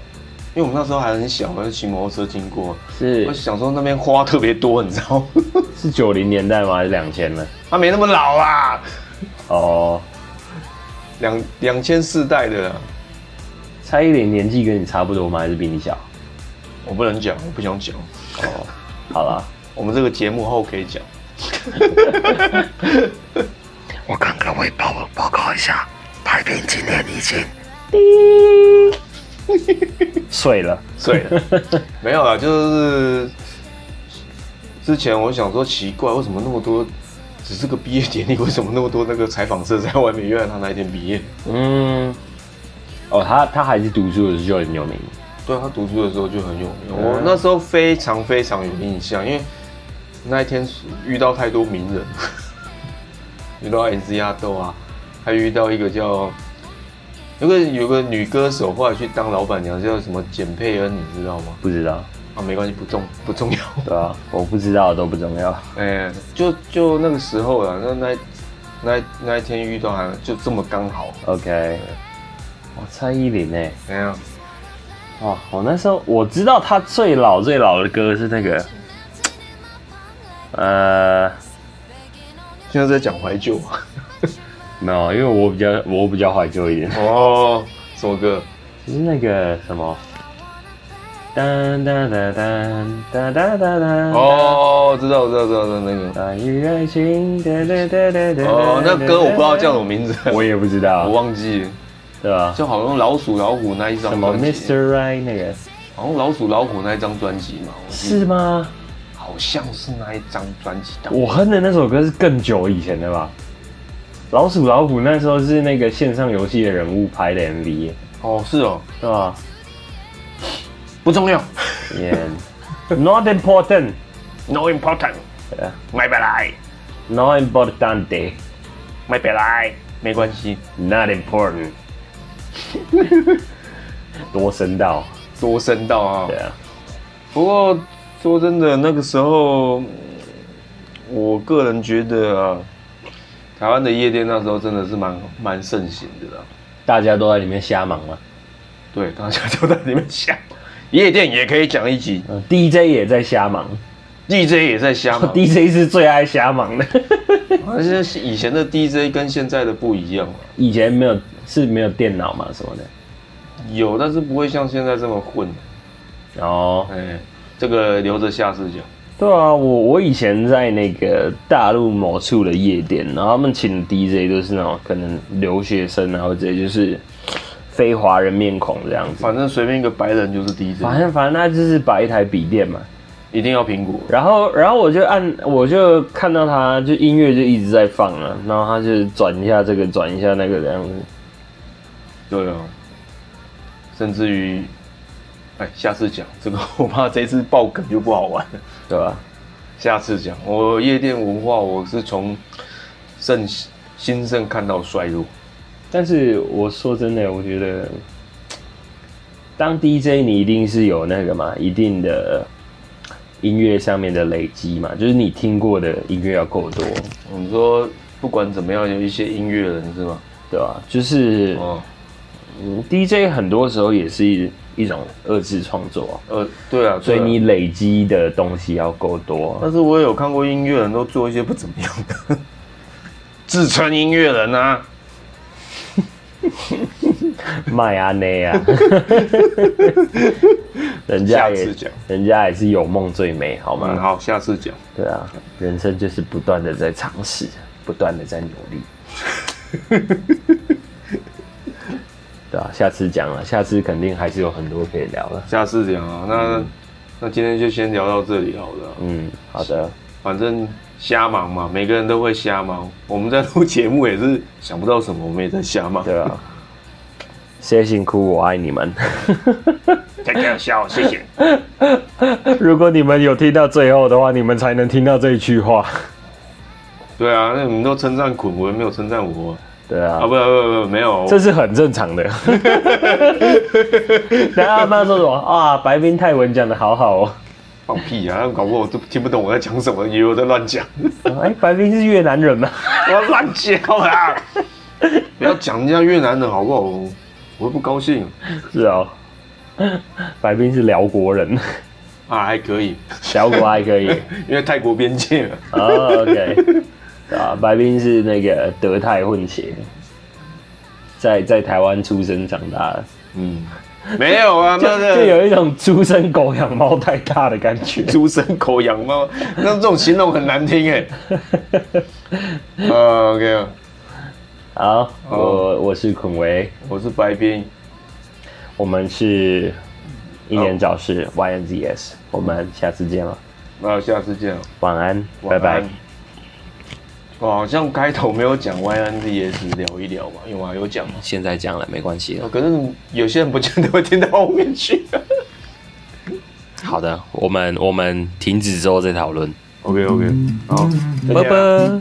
Speaker 2: 因为我们那时候还很小，我就骑摩托车经过，我
Speaker 3: 是
Speaker 2: 想说那边花特别多，你知道吗？
Speaker 3: 是九零年代吗？还是两千呢？
Speaker 2: 他没那么老啦，
Speaker 3: 哦，
Speaker 2: 两两千世代的啦，
Speaker 3: 蔡依林年纪跟你差不多吗？还是比你小？
Speaker 2: 我不能讲，我不想讲。
Speaker 3: 哦，好啦，
Speaker 2: 我们这个节目后可以讲。
Speaker 4: 我跟各位报报告一下，台平今年已经
Speaker 3: 睡了。
Speaker 2: 对的，没有啦，就是之前我想说奇怪，为什么那么多，只是个毕业典礼，为什么那么多那个采访社在外面？原来他那一天毕业，
Speaker 3: 嗯，哦，他他还是读书的时候就很有名。
Speaker 2: 对他读书的时候就很有名，
Speaker 3: 嗯
Speaker 2: 我那时候非常非常有印象，因为那一天遇到太多名人， 遇到 N Z 亚豆啊，还遇到一个叫。有个有个女歌手后来去当老板娘，叫什么简佩恩，你知道吗？
Speaker 3: 不知道，
Speaker 2: 啊，没关系，不重不重要。
Speaker 3: 对啊，我不知道都不重要。
Speaker 2: 哎、就就那个时候了，那那一那一那一天遇到还就这么刚好，
Speaker 3: OK，哇，蔡依林哎，
Speaker 2: 哎呀、
Speaker 3: 哇，我那时候我知道她最老最老的歌是那个，呃，
Speaker 2: 现在在讲怀旧啊。
Speaker 3: 没有，因为我比较我比较怀旧一点，
Speaker 2: 哦，什么歌？
Speaker 3: 就是那个什么，噔噔噔噔噔噔噔噔，，
Speaker 2: 哦，知道知道知道知道那个。
Speaker 3: 关于爱情，噔噔噔噔噔，
Speaker 2: 哦，那歌我不知道叫什么，名字，
Speaker 3: 我也不知道，
Speaker 2: 我忘记了，
Speaker 3: 对吧？
Speaker 2: 就好像老鼠老虎那一
Speaker 3: 什
Speaker 2: 张
Speaker 3: 么
Speaker 2: 专辑，
Speaker 3: Mr. Right 那个
Speaker 2: 好像老鼠老虎那一张专辑嘛，我记得
Speaker 3: 是吗？
Speaker 2: 好像是那一张专辑的。
Speaker 3: 我哼的那首歌是更久以前的吧？老鼠老虎那时候是那个线上游戏的人物拍的 MV，耶
Speaker 2: 哦，是哦，
Speaker 3: 对吧
Speaker 2: 不重要
Speaker 3: ？Yeah，not important，
Speaker 2: ，No important，
Speaker 3: 对啊
Speaker 2: 买不来，
Speaker 3: ，not important，not
Speaker 2: 买不来，没关系，
Speaker 3: important，多声道，
Speaker 2: 多声道啊。
Speaker 3: 对啊，
Speaker 2: 不过说真的，那个时候，嗯我个人觉得啊，台湾的夜店那时候真的是蛮蛮盛行的啦。
Speaker 3: 大家都在里面瞎忙嘛。
Speaker 2: 对，大家都在里面想，夜店也可以讲一集
Speaker 3: 嗯 DJ 也在瞎忙
Speaker 2: ，DJ 也在瞎 嘛。
Speaker 3: ，DJ 是最爱瞎忙的。
Speaker 2: 而且以前的 DJ 跟现在的不一样啊
Speaker 3: 以前没有是没有电脑嘛什么的，
Speaker 2: 有，但是不会像现在这么混。
Speaker 3: 然后
Speaker 2: 哎，这个留着下次讲。
Speaker 3: 对啊，我我以前在那个大陆某处的夜店，然后他们请的 DJ 都是那种可能留学生啊，或者就是非华人面孔这样子。
Speaker 2: 反正随便一个白人就是 DJ，
Speaker 3: 反正反正他就是摆一台笔电嘛，
Speaker 2: 一定要苹果。
Speaker 3: 然后然后我就按我就看到他就音乐就一直在放啊，然后他就转一下这个转一下那个这样子。
Speaker 2: 对啊，甚至于，哎，下次讲这个， 我怕这次爆梗就不好玩了。
Speaker 3: 对吧、
Speaker 2: 下次讲，我夜店文化我是从盛兴盛看到衰落，
Speaker 3: 但是我说真的，我觉得当 DJ 你一定是有那个嘛，一定的音乐上面的累积嘛，就是你听过的音乐要够多，
Speaker 2: 你说不管怎么样，有一些音乐人是吗？
Speaker 3: 对吧？就是、
Speaker 2: 哦，
Speaker 3: 嗯 DJ 很多时候也是一一种二次创作啊、
Speaker 2: 呃，对啊，
Speaker 3: 所以
Speaker 2: 对啊
Speaker 3: 你累积的东西要够多啊。
Speaker 2: 但是我也有看过音乐人都做一些不怎么样的， 自称音乐人啊，
Speaker 3: 迈阿密 啊，人家
Speaker 2: 下
Speaker 3: 也
Speaker 2: 次讲。
Speaker 3: 人家也是有梦最美，好吗？
Speaker 2: 嗯，好，下次讲。
Speaker 3: 对啊，人生就是不断的在尝试，不断的在努力。对啊，下次讲了，下次肯定还是有很多可以聊的。
Speaker 2: 下次讲啊，那、那今天就先聊到这里好了啊。
Speaker 3: 嗯，好的，
Speaker 2: 反正瞎忙嘛，每个人都会瞎忙。我们在录节目也是想不到什么，我们也在瞎忙。
Speaker 3: 对啊，谢谢辛苦，我爱你们。
Speaker 2: 再这样笑，谢谢。
Speaker 3: 如果你们有听到最后的话，你们才能听到这一句话。
Speaker 2: 对啊，那你们都称赞滚文，没有称赞我
Speaker 3: 对啊
Speaker 2: 啊？不，不不不，没有。
Speaker 3: 这是很正常的。 然后阿妈说什么啊？白冰泰文讲的好好哦。
Speaker 2: 放屁啊！搞不好我都听不懂我在讲什么，以为我在 乱讲，
Speaker 3: 哎、白冰是越南人吗？
Speaker 2: 我要乱讲
Speaker 3: 啊
Speaker 2: 啦！ 不要讲人家越南人好不好？我会不高兴
Speaker 3: 是哦， 白冰是辽国人，
Speaker 2: 啊，还可以，
Speaker 3: 辽国还可以。
Speaker 2: 因为泰国边界了。
Speaker 3: 哦、o k 啊，白冰是那个德泰混血，在在台湾出生长大的，
Speaker 2: 嗯，没有啊，那
Speaker 3: 就
Speaker 2: 那
Speaker 3: 有一种猪生狗养猫太大的感觉。
Speaker 2: 猪生狗养猫，那这种形容很难听 哎。啊，OK 啊。
Speaker 3: 好，我我是孔维，
Speaker 2: 我是白冰，
Speaker 3: 我们是一年早市 YNZS，我们下次见了，
Speaker 2: 那下次见了，
Speaker 3: 晚安，
Speaker 2: 晚
Speaker 3: 拜
Speaker 2: 安
Speaker 3: 拜。。
Speaker 2: 我好像开头没有讲 YNDS 聊一聊嘛，有啊有讲嘛、
Speaker 3: 现在这样了，没关系了
Speaker 2: 啊。可是有些人不见得会听到后面去、
Speaker 3: 好的，我们我们停止之后再讨论，嗯啊
Speaker 2: OK OK，好，
Speaker 3: 拜拜。